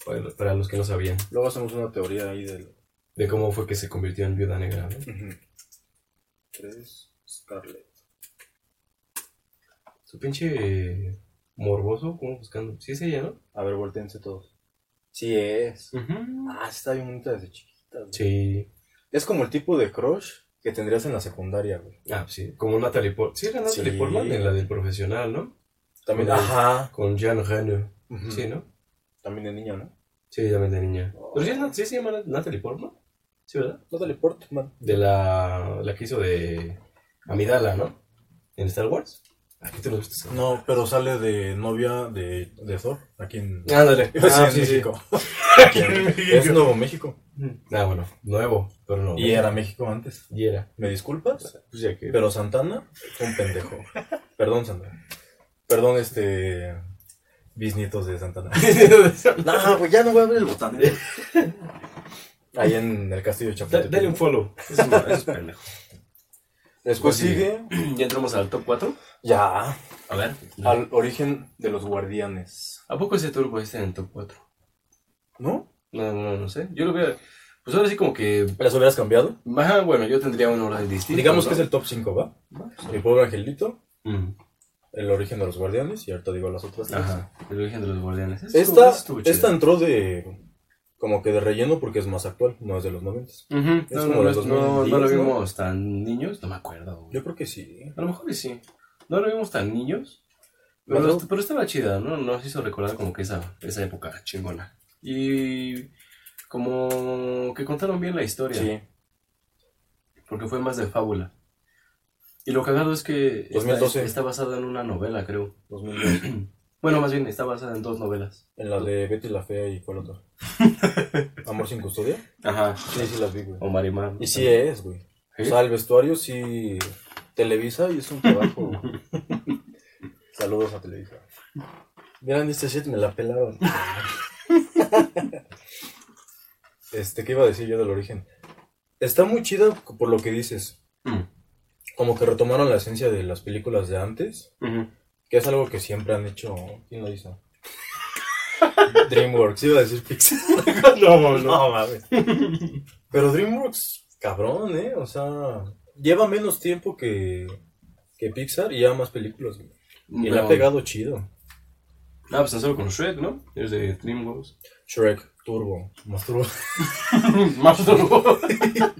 Para, para los que no sabían Luego hacemos una teoría ahí del. de cómo fue que se convirtió en Viuda Negra, ¿no? 3 Scarlett. Su pinche eh, morboso, como buscando. Sí, es ella, ¿no? A ver, volteense todos. Sí es. Ah, está bien bonita desde chiquita. güey. Sí. Es como el tipo de crush que tendrías en la secundaria, güey. Ah, sí. Como Natalie Portman. Sí, era Natalie Sí. Portman en la del profesional, ¿no? También. Ajá. Ajá. Con Jean Reno. Ujú. Sí, ¿no? También de niño, ¿no? Sí, también de niña. Pero sí, es Nat- sí se llama Nat- Natalie Portman. Sí, ¿verdad? Natalie Portman. De la, la que hizo de Amidala, ¿no? En Star Wars. ¿A qué te lo gusta? No, pero sale de novia de, de Thor. Aquí en. Ándale. Ah, Ah, sí, sí. Aquí en- es Nuevo México. Ah, bueno. Nuevo, pero no. Y era México antes. Y era. ¿Me disculpas? Pues ya que... Pero Santana fue un pendejo. Perdón, Santana. Perdón, este. Bisnietos de Santana. No, pues ya no voy a abrir el botán. Ahí en el castillo de Da- Chapultepec. Dale un follow. Eso es- eso es pendejo. Después Pues sigue. Ya entramos al top 4. Ya. A ver. Al origen de los guardianes. ¿A poco ese turbo está en el top 4? ¿No? No, no, no sé. Yo lo veo. Pues ahora sí, como que. ¿Las hubieras cambiado? Ajá, bueno, yo tendría un orden distinto. Digamos ¿no? que Mm, es el top 5, ¿va? Mi pobre angelito, el origen de los guardianes, y ahorita digo las otras tres. Ajá, el origen de los guardianes. Eso Esta, estuvo chido. esta entró de. como que de relleno porque es más actual, no es de los 90. Ujú, No, como no, del no, no, no 2010, lo ¿no? vimos tan niños, no me acuerdo. güey. Yo creo que sí. A lo mejor y sí. No lo vimos tan niños, pero, Pero- est- pero estaba chida, ¿no? Nos hizo recordar como que esa, esa época chingona. Y como que contaron bien la historia, Sí. porque fue más de fábula. Y lo cagado es que esta- 2012. está basada en una novela, creo. 2009. Bueno, más bien, está basada en dos novelas. En la de Betty la Fea y cuál otra. Amor sin custodia. Ajá. Sí, sí las vi, güey. O Marimar. Y sí es, güey. ¿Sí? O sea, el vestuario sí Televisa y es un trabajo. güey. Saludos a Televisa. Vieran este shit, me la pelaron. este, ¿qué iba a decir yo del origen? Está muy chida por lo que dices. Mm. Como que retomaron la esencia de las películas de antes, Ujú. que es algo que siempre han hecho. ¿Quién lo hizo? DreamWorks, iba a decir Pixar. no, No mames. Pero DreamWorks, cabrón, ¿eh? O sea, lleva menos tiempo que, que Pixar y lleva más películas. güey. Y le ha pegado chido. Ah, pues tan solo con Shrek, ¿no? Es de DreamWorks. Shrek, Turbo, más Turbo. Más solo.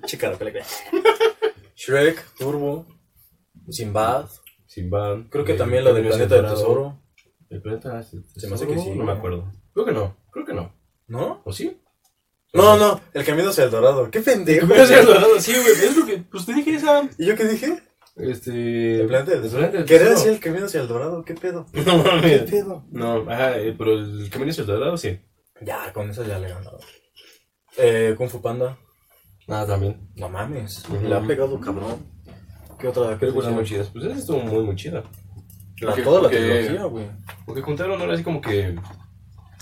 Chica la película. Shrek, Turbo, Sinbad. Sinbad. Creo que también la del Planeta del Tesoro. El Planeta del Tesoro. Se me hace que sí. No me acuerdo. Creo que no. Creo que no. ¿No? ¿O sí? No, no, El Camino hacia el Dorado. ¡Qué pendejo! Pero sí, no, sí, güey. Es lo que. Pues te dije esa. ¿Y yo qué dije? Este. El Planeta del el Tesoro. Planeta del Quería Tesoro. decir El Camino hacia el Dorado. ¿Qué pedo? No ¿Qué mames. pedo? No, ajá, eh, pero el camino hacia el dorado sí. Ya, con eso ya le he ganado. Eh, Kung Fu Panda. Ah, también. No mames, Ujú. le ha pegado cabrón. ¿Qué otra Películas muy película? chidas. Pues esa estuvo muy, muy chida. La, Porque- toda la porque- trilogía, güey. Porque contaron ahora así como que.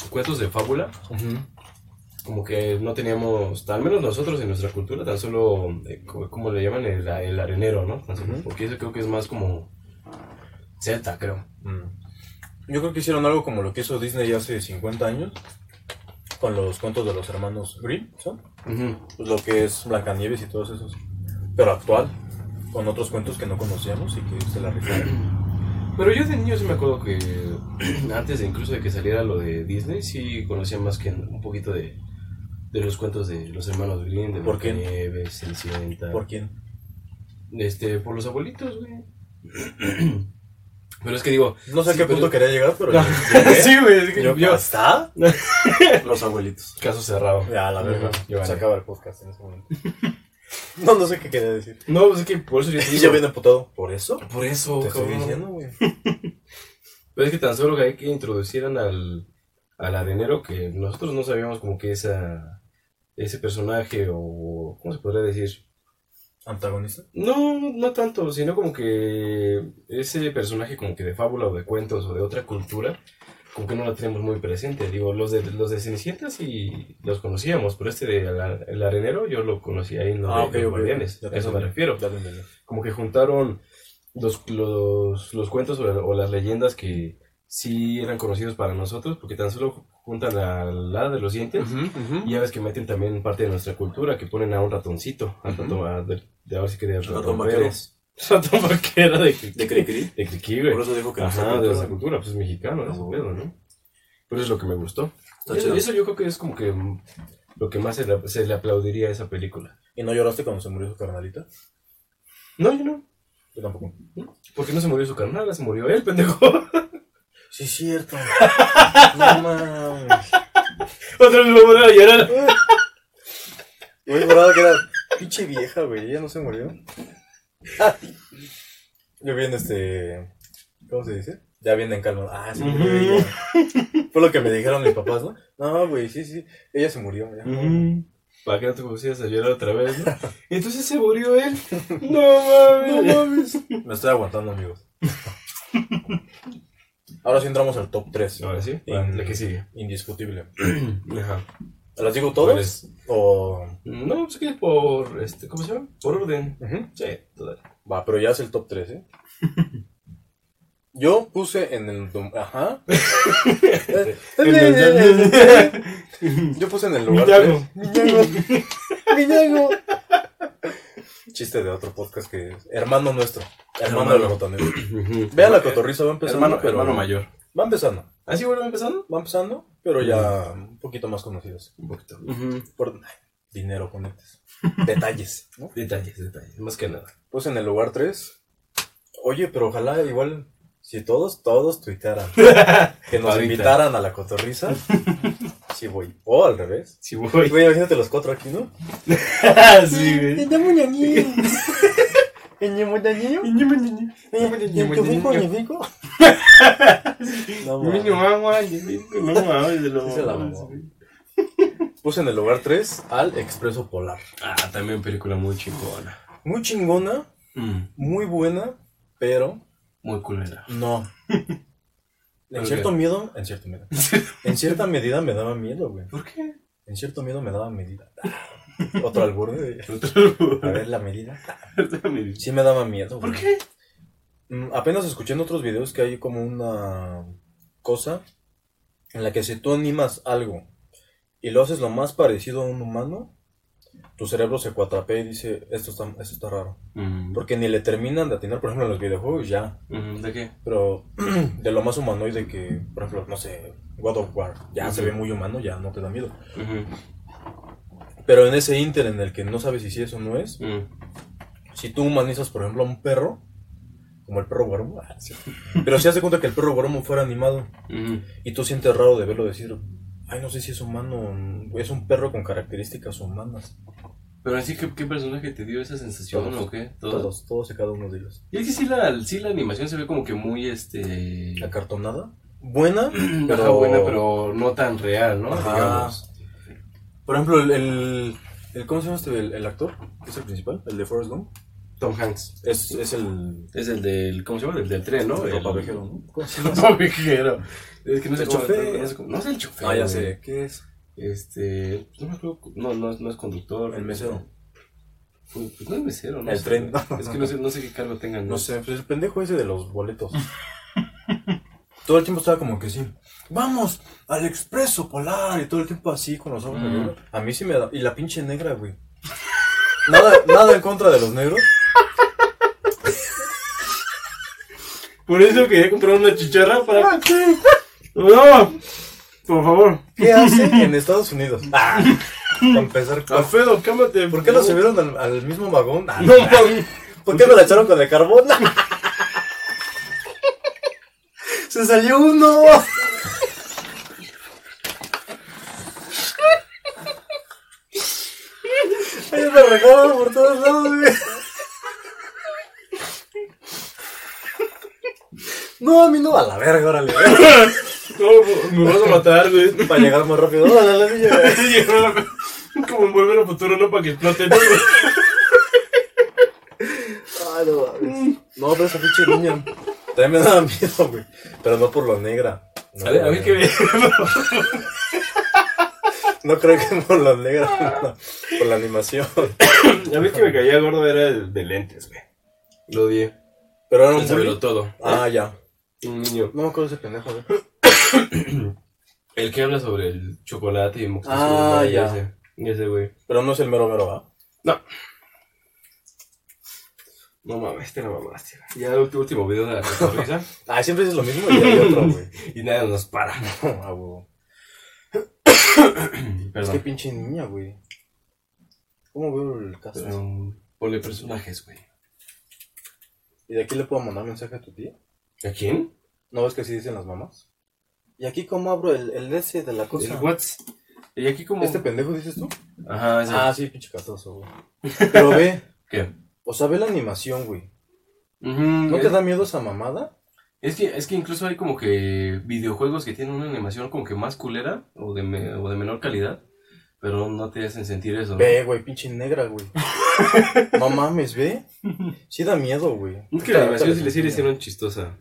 Cuentos de fábula. como que no teníamos, al menos nosotros en nuestra cultura, tan solo, eh, co- ¿cómo le llaman? El, el arenero, ¿no? Tan solo, Ujú. Porque eso creo que es más como celta, creo. Mm. Yo creo que hicieron algo como lo que hizo Disney hace 50 años con los cuentos de los hermanos Grimm, ¿son? Pues lo que es Blancanieves y todos esos. Pero actual, con otros cuentos que no conocíamos y que se la rifaron. Pero yo de niño sí me acuerdo que antes de incluso de que saliera lo de Disney, sí conocía más que un poquito de, de los cuentos de los hermanos Grimm, de ¿Por qué? Blancanieves, Cenicienta. ¿Por quién? Este, por los abuelitos, güey. Pero es que digo... No sé a Sí, qué pero- punto quería llegar, pero. sí, güey, es que Yo, yo- ¿Está? Los abuelitos. Caso cerrado. Ya, la verdad. Yo gané. Se acaba el podcast en ese momento. No, no sé qué quería decir. No, pues es que por eso yo te Y yo digo. bien emputado. ¿Por eso? Por eso, Te estoy cabrón. diciendo, güey. Pero es que tan solo que hay que introducieran al, al arenero que nosotros no sabíamos como que esa, ese personaje o... ¿Cómo se podría decir? ¿Antagonista? No, no tanto, sino como que ese personaje como que de fábula o de cuentos o de otra cultura, como que no la tenemos muy presente. Digo, los de, los de Cenicienta sí los conocíamos, pero este de la- el arenero yo lo conocí ahí en los, Ah, de ok, los ok, ok. guardianes, Ya a te eso me entendí. refiero Ya lo entendí. como que juntaron los, los, los cuentos o, o las leyendas que sí eran conocidos para nosotros, porque tan solo juntan a la de los dientes, y ya ves que meten también parte de nuestra cultura, que ponen a un ratoncito, al Ujú. ratón- a- de, de ahora sí que de Ratón vaquero. vaquero. Ratón vaquero de, cri- De Cricri. de Criqui, güey. Por eso dijo que Ajá, no de está nuestra cultura, pues es mexicano, Ah, ese bueno. pedo, ¿no? Pero es lo que me gustó. Está Eso, chido. eso yo creo que es como que mm, lo que más se le, se le aplaudiría a esa película. ¿Y no lloraste cuando se murió su carnalita? No, yo no. Yo tampoco. Porque no se murió su carnal, se murió él, pendejo. Sí, es cierto. no mames. Otra vez me voy a llorar. Güey, morada que era pinche vieja, güey. Ella no se murió. Yo bien, este. ¿Cómo se dice? Ya bien en calma. Ah, se murió Ujú. ella. Fue lo que me dijeron mis papás, ¿no? No, güey, sí, sí. Ella se murió. ya. Para que no te pusieras a llorar otra vez, ¿no? Entonces se murió él. No mames. No mames. Me estoy aguantando, amigos. Ahora sí entramos al top 3. Ahora sí, va, la que sigue. Indiscutible. Ajá. ¿Las digo todas? O. No, pues que por. Este, ¿Cómo se llama? Por orden. Ujú. Sí, total. Va, pero ya es el top 3, ¿eh? Yo puse en el. dom- Ajá. Eh, Yo puse en el lugar. Miñago. tres. Miñago. Miñago. Chiste de otro podcast que es. Hermano nuestro. Hermano, Hermano. del botanero. Vean la cotorriza, va empezando. Hermano, pero- hermano mayor. Va empezando. ¿Ah, sí, bueno, empezando? Va empezando, pero ya Mm. un poquito más conocidos. Un poquito. Por ay, dinero, conectes. Detalles, ¿no? Detalles, detalles. Más que nada. Pues en el lugar 3. Oye, pero ojalá igual, si todos, todos tuitaran. Que nos Ahorita. invitaran a la cotorriza. Sí, voy. O al revés. Sí, voy. Güey, imagínate los cuatro aquí, ¿no? sí, Eh, güey. No, Mi mames. mamá, yo digo, no mames, de Sí se la mamó. Puse en el lugar 3 al Expreso Polar. Ah, también película muy chingona. Mm, Muy chingona, muy buena, pero Muy culera. No. En Ok. cierto miedo, en cierto miedo. En cierta medida me daba miedo, güey. ¿Por qué? En cierto miedo me daba medida. Otro albur, güey. A ver, la medida. Sí me daba miedo, güey. ¿Por qué? Mm, Apenas escuché en otros videos que hay como una cosa en la que si tú animas algo y lo haces lo más parecido a un humano, tu cerebro se cuatrapea y dice, esto está, esto está raro. Porque ni le terminan de atinar, por ejemplo, en los videojuegos ya. Mm, ¿De qué? Pero de lo más humanoide que, por ejemplo, no sé, God of War, ya se ve muy humano, ya no te da miedo. Pero en ese inter en el que no sabes si sí es o no es, mm, si tú humanizas, por ejemplo, a un perro, como el perro Guaromo, ah, sí. pero si hace cuenta que el perro Guaromo fuera animado y tú sientes raro de verlo decir, ay, no sé si es humano, es un perro con características humanas. Pero así, ¿qué, ¿qué personaje te dio esa sensación Todos. o qué? Todos, todos y cada uno de ellos. Y es que sí la, sí la animación se ve como que muy, este... Acartonada, buena, Ajá, pero- buena, pero no tan real, ¿no? Ajá. Digamos. Por ejemplo, el, el, el- ¿cómo se llama este, el, el actor? que es el principal? ¿El de Forrest Gump? Tom Hanks. Es, es el. Es el del... ¿Cómo se llama? El del tren, ¿no? el El ropavejero, ¿no? Eh, ¿Cómo se llama? ropavejero. Es que no sé El cómo- chofer. No sé cómo- no sé el chofer. Ah, ya güey. sé. ¿Qué es? Este, no me acuerdo, no, no, es- no es conductor. El mesero. Pues, pues no es mesero, no El sé. tren. Es que no sé, no sé qué cargo tengan. No sé, pues el pendejo ese de los boletos. todo el tiempo estaba como que sí. Vamos al expreso polar. Y todo el tiempo así con los ojos Mm. negros. A mí sí me da. Y la pinche negra, güey. Nada, nada en contra de los negros. Por eso quería comprar una chicharra Ah, para... ¡No! Por favor. ¿Qué hacen en Estados Unidos? Ah, para empezar. Alfredo, cámate. ¿Por qué la subieron al, al mismo vagón? Ah, No, mami. ¿Por qué no la echaron con el carbón? ¡Se salió uno! Hay una regado por todos lados, güey. No, a mí no, a la verga, órale. No, me vas a matar, güey. Para llegar más rápido. Órale, la niña, güey. Como en volver al futuro, no para que explote. ¿no? Ay, no, mames. no, pero esa pinche niña. También me daba miedo, güey. Pero no por lo negra. No, A ver, a ver qué ve. no creo que por lo negra, no, por la animación. La vez que me caía gordo era el de lentes, güey. Lo odié. Pero era un El bully. todo. Ah, ya. Un niño. No me acuerdo de ese pendejo, güey. El que habla sobre el chocolate y mostaza. Ah, y ya. Ese, y ese, güey. Pero no es el mero mero, ¿va? No mames, te la mamaste. güey. Ya el último, último video de la sonrisa. Ah, siempre dices lo mismo y hay otro, güey. y nada nos para. Ah, huevo. Es que Perdón. pinche niña, güey. ¿Cómo veo el caso? Pero, ponle personajes, güey. ¿Y de aquí le puedo mandar mensaje a tu tía? ¿A quién? ¿No ves que así dicen las mamás? ¿Y aquí cómo abro el, el ese de la cosa? El Whats. Y aquí como... ¿Este pendejo dices tú? Ajá, ese. Ah, sí, pinche catoso, güey. Pero ve, ¿Qué? o sea, ve la animación, güey. Ujú, ¿No te es- da miedo esa mamada? Es que, es que incluso hay como que videojuegos que tienen una animación como que más culera o de, me- o de menor calidad, pero no te hacen sentir eso. ¿no? Ve, güey, pinche negra, güey. No mames, ve. Sí da miedo, güey. Es "Este que la Ahorita animación sí le les sí enseño. le hicieron chistosa.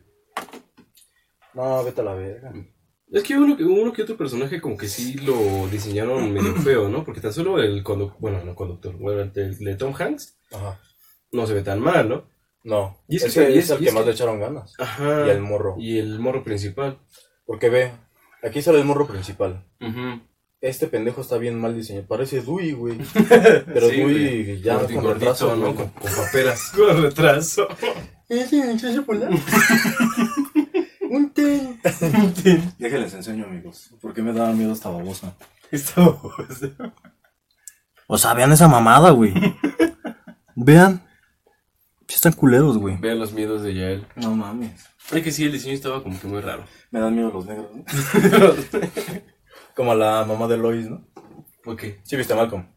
No, vete a la verga. Es que uno, que- uno que otro personaje como que sí lo diseñaron medio feo, ¿no? Porque tan solo el conductor, bueno, no conductor, bueno, el, el de Tom Hanks Ajá. no se ve tan mal, ¿no? No, Y es que- ese y es- es el y que es más que- le echaron ganas. Ajá. Y el morro. Y el morro principal. Porque ve, aquí sale el morro principal. Ujú. Este pendejo está bien mal diseñado. Parece Dewey, güey. Pero Sí, Dewey ya Gordi- con gordito, retraso, ¿no? ¿no? Con, con paperas. Con retraso. ¿Es el muchacho polar? Un ten. Déjenles enseño, amigos. Porque me daba miedo esta babosa. O sea, vean esa mamada, güey. Vean. Sí están culeros, güey. Vean los miedos de Yael. No mames. Es que sí, el diseño estaba como que muy raro. Me dan miedo los negros, ¿no? Como la mamá de Lois, ¿no? ok. Sí, viste a Malcolm.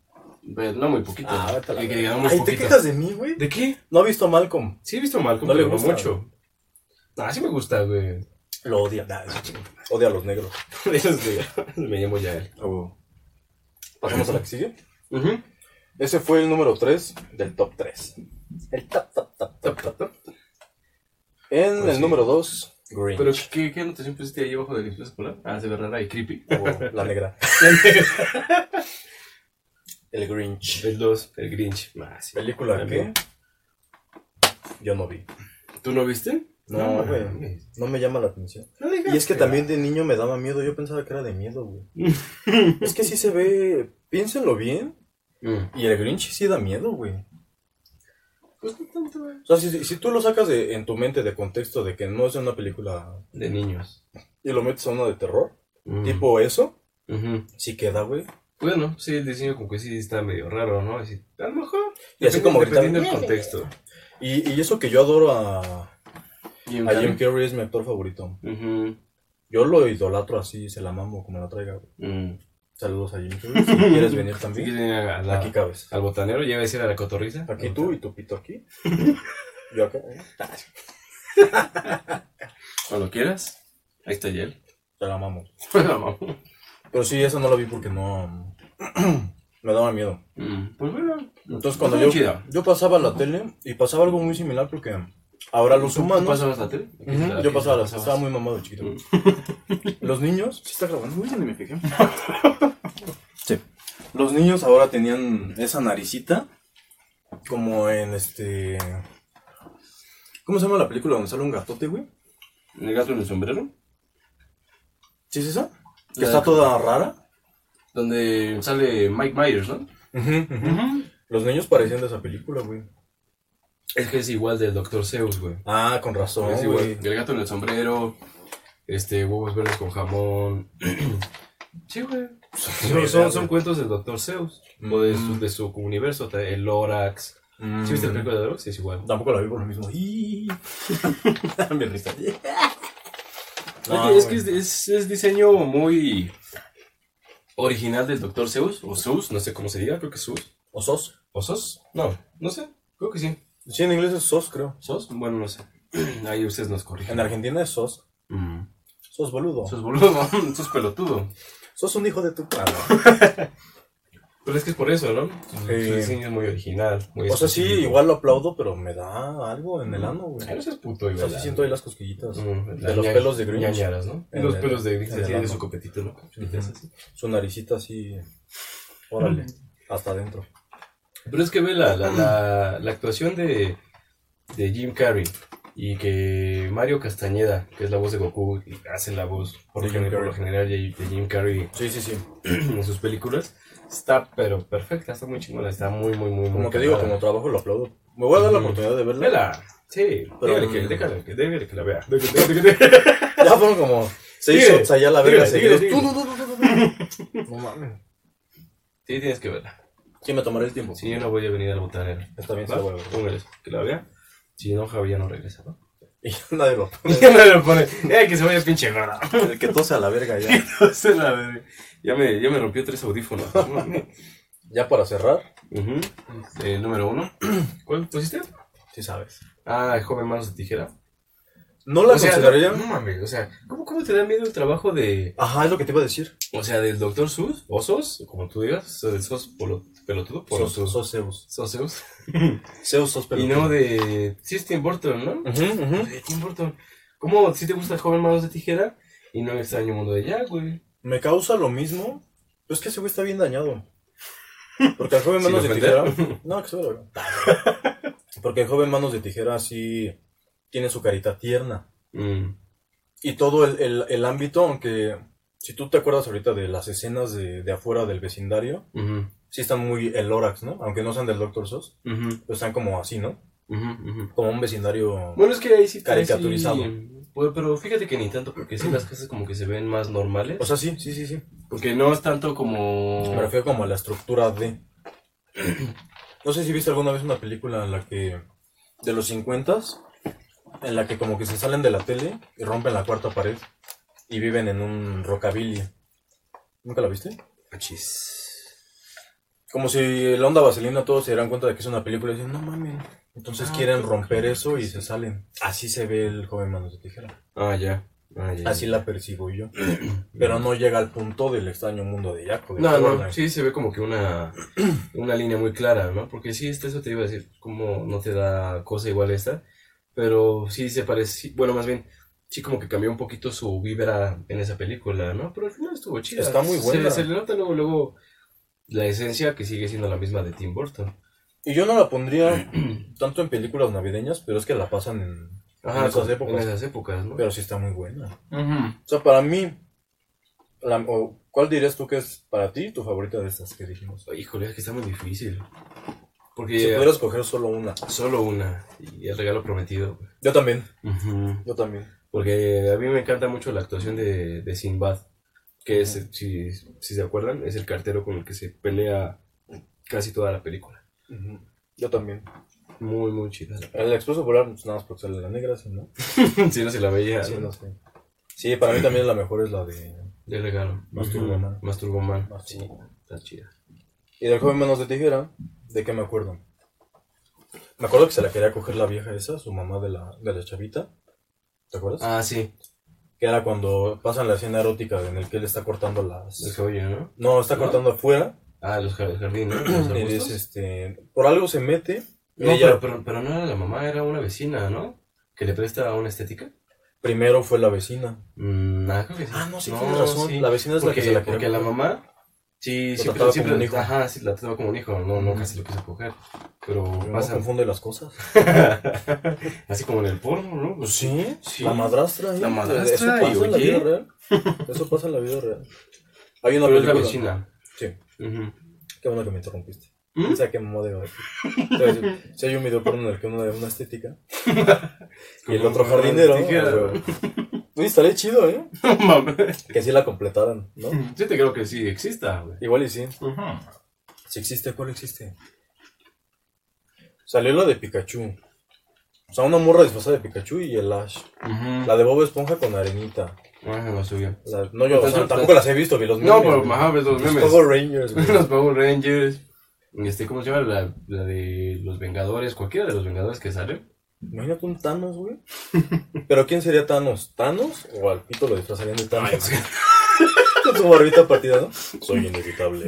Pero Pues, no muy poquito. Ah, vete a la que, que verga. digamos Ay, ¿te poquito. quejas de mí, güey? ¿De qué? No he visto a Malcolm. Sí he visto mal, No no le le gusta. mucho. Ah, sí me gusta, güey. Lo odia. Nah, es- odia a los negros. Esos de- me llamo Yael. Pasamos a la que sigue. Ujú. Ese fue el número 3 del top 3. El tap, tap, tap, tap, tap, tap. En Pues el sí. número 2, Green. Pero, ¿qué, ¿qué anotación pusiste ahí abajo del expreso polar? Ah, se ve rara y creepy. la negra. el Grinch. El 2, el Grinch. Ah, sí. ¿Película qué? También. Yo no vi. ¿Tú no viste? No, güey. mames. No me llama la atención. No digas Y es que también de niño me daba miedo. Yo pensaba que era de miedo, güey. es que sí se ve. Piénsenlo bien. Mm. Y el Grinch sí da miedo, güey. Pues no tanto, güey. O sea, si, si tú lo sacas de- en tu mente de contexto de que no es una película De niños. y lo metes a una de terror, Mm. tipo eso, Ujú. sí queda, güey. Bueno, sí, el diseño como que sí está medio raro, ¿no? Así, a lo mejor. Y así como gritar- Dependiendo del contexto. Y, y eso que yo adoro a, a Jim Jim Carrey es mi actor favorito. Ujú. Yo lo idolatro así, se la mamo como la traiga. güey. Mm. Saludos a Jim Carrey. Si quieres venir Así que también, viene a la- aquí cabes. al botanero, ya iba a decir a la cotorriza. Aquí tú y tu pito aquí. Yo acá. ¿eh? Cuando quieras. Ahí está Yel. Se la mamo. La mamá. Pero sí, esa no la vi porque no. me daba miedo. Mm, Pues bueno. Entonces, cuando Está yo, muy chida. yo pasaba la tele y pasaba algo muy similar porque ahora los ¿Tú humanos. pasabas la tele? Ujú, Yo pasaba las. Estaba muy mamado de chiquito. Los niños. ¿Sí está grabando, güey? Ya ni me fijé. Los niños ahora tenían esa naricita. Como en este. ¿Cómo se llama la película donde sale un gatote, güey? ¿El gato en el sombrero? ¿Sí es esa? Que La- está toda rara. Donde sale Mike Myers, ¿no? Ujú, ujú. Los niños parecían de esa película, güey. Es que es igual del Dr. Zeus, güey. Ah, con razón, es igual. güey. El gato en el sombrero. Este, huevos verdes con jamón. sí, güey. Son, son- son cuentos del Dr. Zeus. O de su, de su universo. El Lorax. Mm. ¿Sí viste el película de Lorax? Sí, es igual. Tampoco la vi por lo mismo. Y- Mi risa. es No, que, es, güey. que es, es- es diseño muy original del Dr. Zeus, o Zeus, no sé cómo se diga, creo que es Zeus. ¿O sos? ¿O sos? No, no sé. Creo que sí. Sí, en inglés es sos, creo. ¿Sos? Bueno, no sé. Ahí ustedes nos corrigen. En Argentina es sos. Mm. Sos boludo. Sos boludo, sos pelotudo. Sos un hijo de tu padre. Pero es que es por eso, ¿no? Sí. Su- Mm, Su diseño es muy original. Muy O sea, sí, específico. igual lo aplaudo, pero me da algo en el ano, güey. Ay, no seas puto, O igual. sea, sí siento ahí las cosquillitas. Mm, de la los ña- pelos de Grinch. ñañaras, ¿no? En los el- pelos de Grinch, en el así de ano. su copetito, ¿no? Chiquitas, así. Su naricita así. Órale. Mm. Hasta adentro. Pero es que ve la, la, la, la actuación de, de Jim Carrey y que Mario Castañeda, que es la voz de Goku, y hace la voz por, De Jim gen- por lo Carrey. general de, de Jim Carrey Sí, sí, sí. en sus películas, está pero perfecta, está muy chingona, está muy, muy, muy, muy Como que digo, cagada. como trabajo lo aplaudo. Me voy a dar la Ujú. oportunidad de verla. Mm. Vela, sí, Pero- déjale que, déjale que, déjale que la vea. Déjale, déjale, déjale. Ya fueron como seis Sigue, shots allá a la sigue, verga sigue, seguidos. sigue. Tú, tú, tú, tú, tú, tú. No mames. Sí, tienes que verla. Sí, me tomaré el tiempo. Si yo no voy a venir al botanero. Está bien, ¿Va? está bueno. Póngales, que la vea. Si no, Javier no regresa, ¿no? Y nadie lo Ya no le pone, eh, que se vaya pinche gorda. El que tose a la verga ya. Entonces, la verga. Ya me, ya me rompió tres audífonos. Ya para cerrar, Ujú. Eh, número uno. ¿Cuál pusiste? sí sabes. Ah, el joven manos de tijera. No la o sea, consideraría. no, no mames, o sea, ¿cómo, ¿cómo te da miedo el trabajo de, Ajá, es lo que te iba a decir. o sea, del doctor Sus, osos, como tú digas, o del sos polo- pelotudo, por Sos, sos Zeus. Soseus. Zeus, sos Y pelotudo. no de, sí es Tim Burton, ¿no? Ujú, ujú. De Tim Burton. ¿Cómo si te gusta el joven manos de tijera y no el extraño mundo de Jack, güey? Me causa lo mismo. Pero es que ese güey está bien dañado. Porque el joven Sin manos de tijera. ofender. No, que se vea la verga. Porque el joven manos de tijera sí tiene su carita tierna. Mm. Y todo el, el- el ámbito, aunque si tú te acuerdas ahorita de las escenas de, de afuera del vecindario, Ujú. sí están muy el Lorax, ¿no? Aunque no sean del Dr. Sos, Ujú. pero están como así, ¿no? Ujú. Ujú. Como un vecindario. Bueno, es que ahí sí Caricaturizado. sí, pues, pero fíjate que ni tanto, porque sí las casas como que se ven más normales. O sea, sí, sí, sí, sí. porque no es tanto como. Me refiero como a la estructura de. No sé si viste alguna vez una película en la que. de los 50 en la que como que se salen de la tele y rompen la cuarta pared y viven en un rockabilly. ¿Nunca la viste? Chis. Como si la onda vaselina todos se dieran cuenta de que es una película y dicen, no mames. Entonces Ah, quieren ok, romper ok, eso y sí. se salen. Así se ve el joven manos de tijera. Ah, ya. Ah, ya. Así la percibo yo. Pero no llega al punto del extraño mundo de Jaco. No, no, sí se ve como que una, una línea muy clara, ¿no? Porque sí, este, eso te iba a decir, como no te da cosa igual esta, pero sí se parece, sí, bueno, más bien, sí como que cambió un poquito su vibra en esa película, ¿no? Pero al final estuvo chida. Está muy Se- buena. Se, le nota luego, luego la esencia que sigue siendo la misma de Tim Burton. Y yo no la pondría tanto en películas navideñas, pero es que la pasan en... En esas con- épocas. En esas épocas, ¿no? Pero sí está muy buena. O sea, para mí... la- o, ¿Cuál dirías tú que es para ti tu favorita de estas que dijimos? Híjole, es que está muy difícil. Porque Si pudieras escoger solo una. solo una, y el regalo prometido. Yo también, yo también. Porque a mí me encanta mucho la actuación de, de Sinbad, que es, si, si se acuerdan, es el cartero con el que se pelea casi toda la película. Ujú, Yo también. Muy, muy chida. El expreso polar, pues nada más porque sale la negra, si no. si no se la veía, Sí, ¿no? no sé. Sí, para mí también la mejor es la de. de regalo. Masturboman. Ujú, Masturboman. Sí, Masturboman. está chida. Y del joven manos de tijera, ¿de qué me acuerdo? Me acuerdo que se la quería coger la vieja esa, su mamá de la, de la chavita. ¿Te acuerdas? Ah, sí, Que era cuando pasan la escena erótica en el que él está cortando el las. cabello, ¿no? No, está ¿No? cortando afuera. Ah, los ja- el jardín, ¿no? Los Y arbustos. dice, este. Por algo se mete. y No, ella pero, pero, pero no era la mamá, era una vecina, ¿no? Que le presta una estética. primero fue la vecina. Mm, ah, creo que sí. Ah, no, sí, tienes razón. La vecina es la porque, que se la quería porque la coger. mamá sí, Lo siempre, trataba siempre- como un hijo. Ajá, sí, la trataba como un hijo, no, nunca se lo quiso coger. Pero No pasa. confunde las cosas. Así como en el porno, ¿no? Pues Sí, sí. La madrastra. ¿eh? La madrastra, Eso pasa y en la oye. vida real. Eso pasa en la vida real. Hay una Pero es la película- vecina. Sí, Ujú. qué bueno que me interrumpiste. ¿Mm? O sea, qué modo de Si hay un video porno en el que uno de una estética y el Como otro una jardinero. tijera. ah, güey. Uy, estaría chido, ¿eh? No mames. Que así la completaran, ¿no? Yo te creo que sí exista, güey. Igual y sí. Si existe, ¿cuál existe? Salió la de Pikachu. O sea, una morra disfrazada de Pikachu y el Ash. Ujú. La de Bob Esponja con arenita. Ah, la suya. La- no, yo o sea, Entonces, tampoco las he visto, vi los No, memes, pero güey. ajá, ves Pues, los Los memes. Power Rangers, güey. Los Power Rangers. Este, ¿Cómo se llama? La, la de los Vengadores, cualquiera de los Vengadores que sale. Imagínate un Thanos, güey. Pero ¿quién sería Thanos? ¿Thanos? O al pito lo disfrazarían de Thanos. Con su barbita partida, ¿no? Soy inevitable.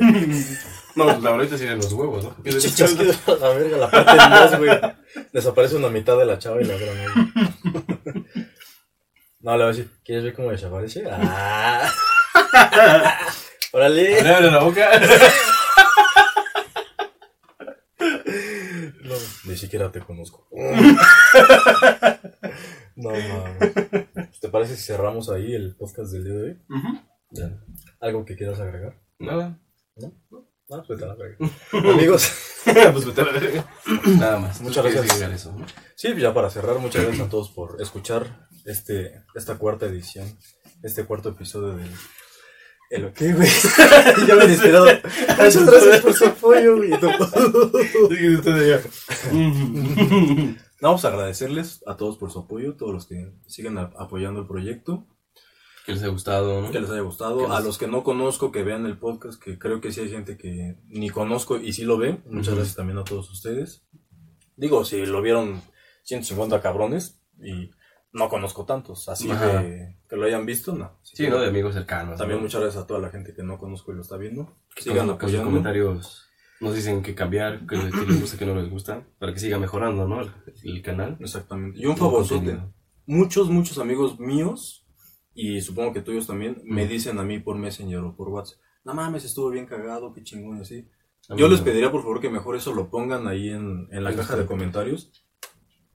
No, pues, la ahorita serían los huevos, ¿no? Chichas, que a la verga, la parte en dos, güey. Desaparece una mitad de la chava y la otra no. No, le voy a decir, ¿quieres ver cómo desaparece? ¡Ah! ¡Órale! Abre la boca. No, ni siquiera te conozco. No, mames. Pues, ¿Te parece si cerramos ahí el podcast del día de hoy? Ujú. ¿Algo que quieras agregar? Nada. Ah, pues te la verga. Amigos. pues vete a la verga. Nada más. Muchas Tú quieres gracias. agregar eso, ¿no? Sí, pues ya para cerrar, muchas gracias a todos por escuchar este, esta cuarta edición, este cuarto episodio del... ¿El qué, güey? ya me he inspirado. Muchas gracias por su apoyo, güey. Vamos a pues agradecerles a todos por su apoyo, todos los que siguen a- apoyando el proyecto, Que les haya gustado, ¿no? que les haya Que gustado, les- a los que no conozco que vean el podcast, que creo que sí hay gente que ni conozco y sí lo ve. Muchas Ujú. gracias también a todos ustedes. Digo, si lo vieron 150 cabrones y no conozco tantos, así Ajá. de que lo hayan visto, no. Sí, ¿no? De amigos cercanos. También ¿no? muchas gracias a toda la gente que no conozco y lo está viendo. Que Sigan con- con sus apoyando. comentarios nos dicen que cambiar, que, que les gusta, que no les gusta, para que siga mejorando, ¿no? El, el canal. Exactamente. Y un favorzote. muchos, muchos amigos míos, y supongo que tuyos también, me dicen a mí por Messenger o por WhatsApp, no mames, estuvo bien cagado, qué chingón, y así. Yo les pediría por favor que mejor eso lo pongan ahí en, en la Sí, caja sí. de comentarios.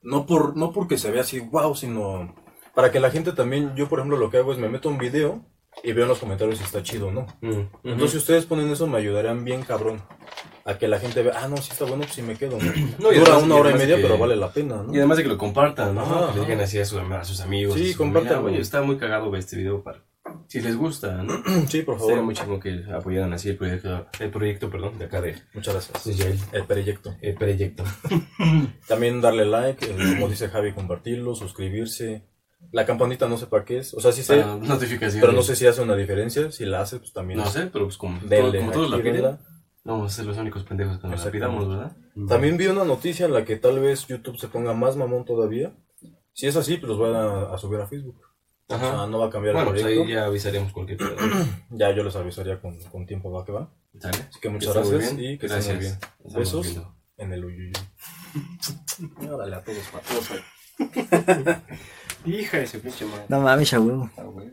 No, por, no porque se vea así, wow, sino para que la gente también, yo por ejemplo lo que hago es me meto a un video y veo en los comentarios si está chido o no. Mm, Entonces si ustedes ponen eso me ayudarían bien cabrón. A que la gente vea, ah, no, sí está bueno, pues sí me quedo. ¿no? No, y Dura además- una y hora y además media, que- pero vale la pena, ¿no? Y además de que lo compartan, ¿no? Ajá, que le ajá. digan así a sus, a sus amigos. Sí, a sus- compártanlo. "Mira, güey, está muy cagado güey, este video para... Si les gusta, ¿no? Sí, por favor. Sería muy chingón que apoyaran así el proyecto, el proyecto, perdón, de acá de, Muchas gracias. de Yael. El proyecto. El proyecto. También darle like, eh, como dice Javi, compartirlo, suscribirse. La campanita no sé para qué es. O sea, sí sé, Para notificaciones. pero no sé si hace una diferencia. Si la hace, pues también. No sé, pero pues como, denle, como todos la piden, actívenla. no vamos a ser los únicos pendejos que nos la Exactamente. Mm. pidamos, ¿verdad? También vi una noticia en la que tal vez YouTube se ponga más mamón todavía. Si es así, pues los van a, a subir a Facebook. Ajá. O sea, no va a cambiar Bueno, el pues proyecto. ahí ya avisaremos cualquier cosa. ya... yo les avisaría con, con tiempo va que va. ¿Sale? Así que muchas Está muy gracias bien. y que estén Gracias. muy bien. Estamos Besos. viendo. En el uyuyu. Órale a todos, para todos. Hija de ese pinche madre. No mames, a huevo. Ah, güey.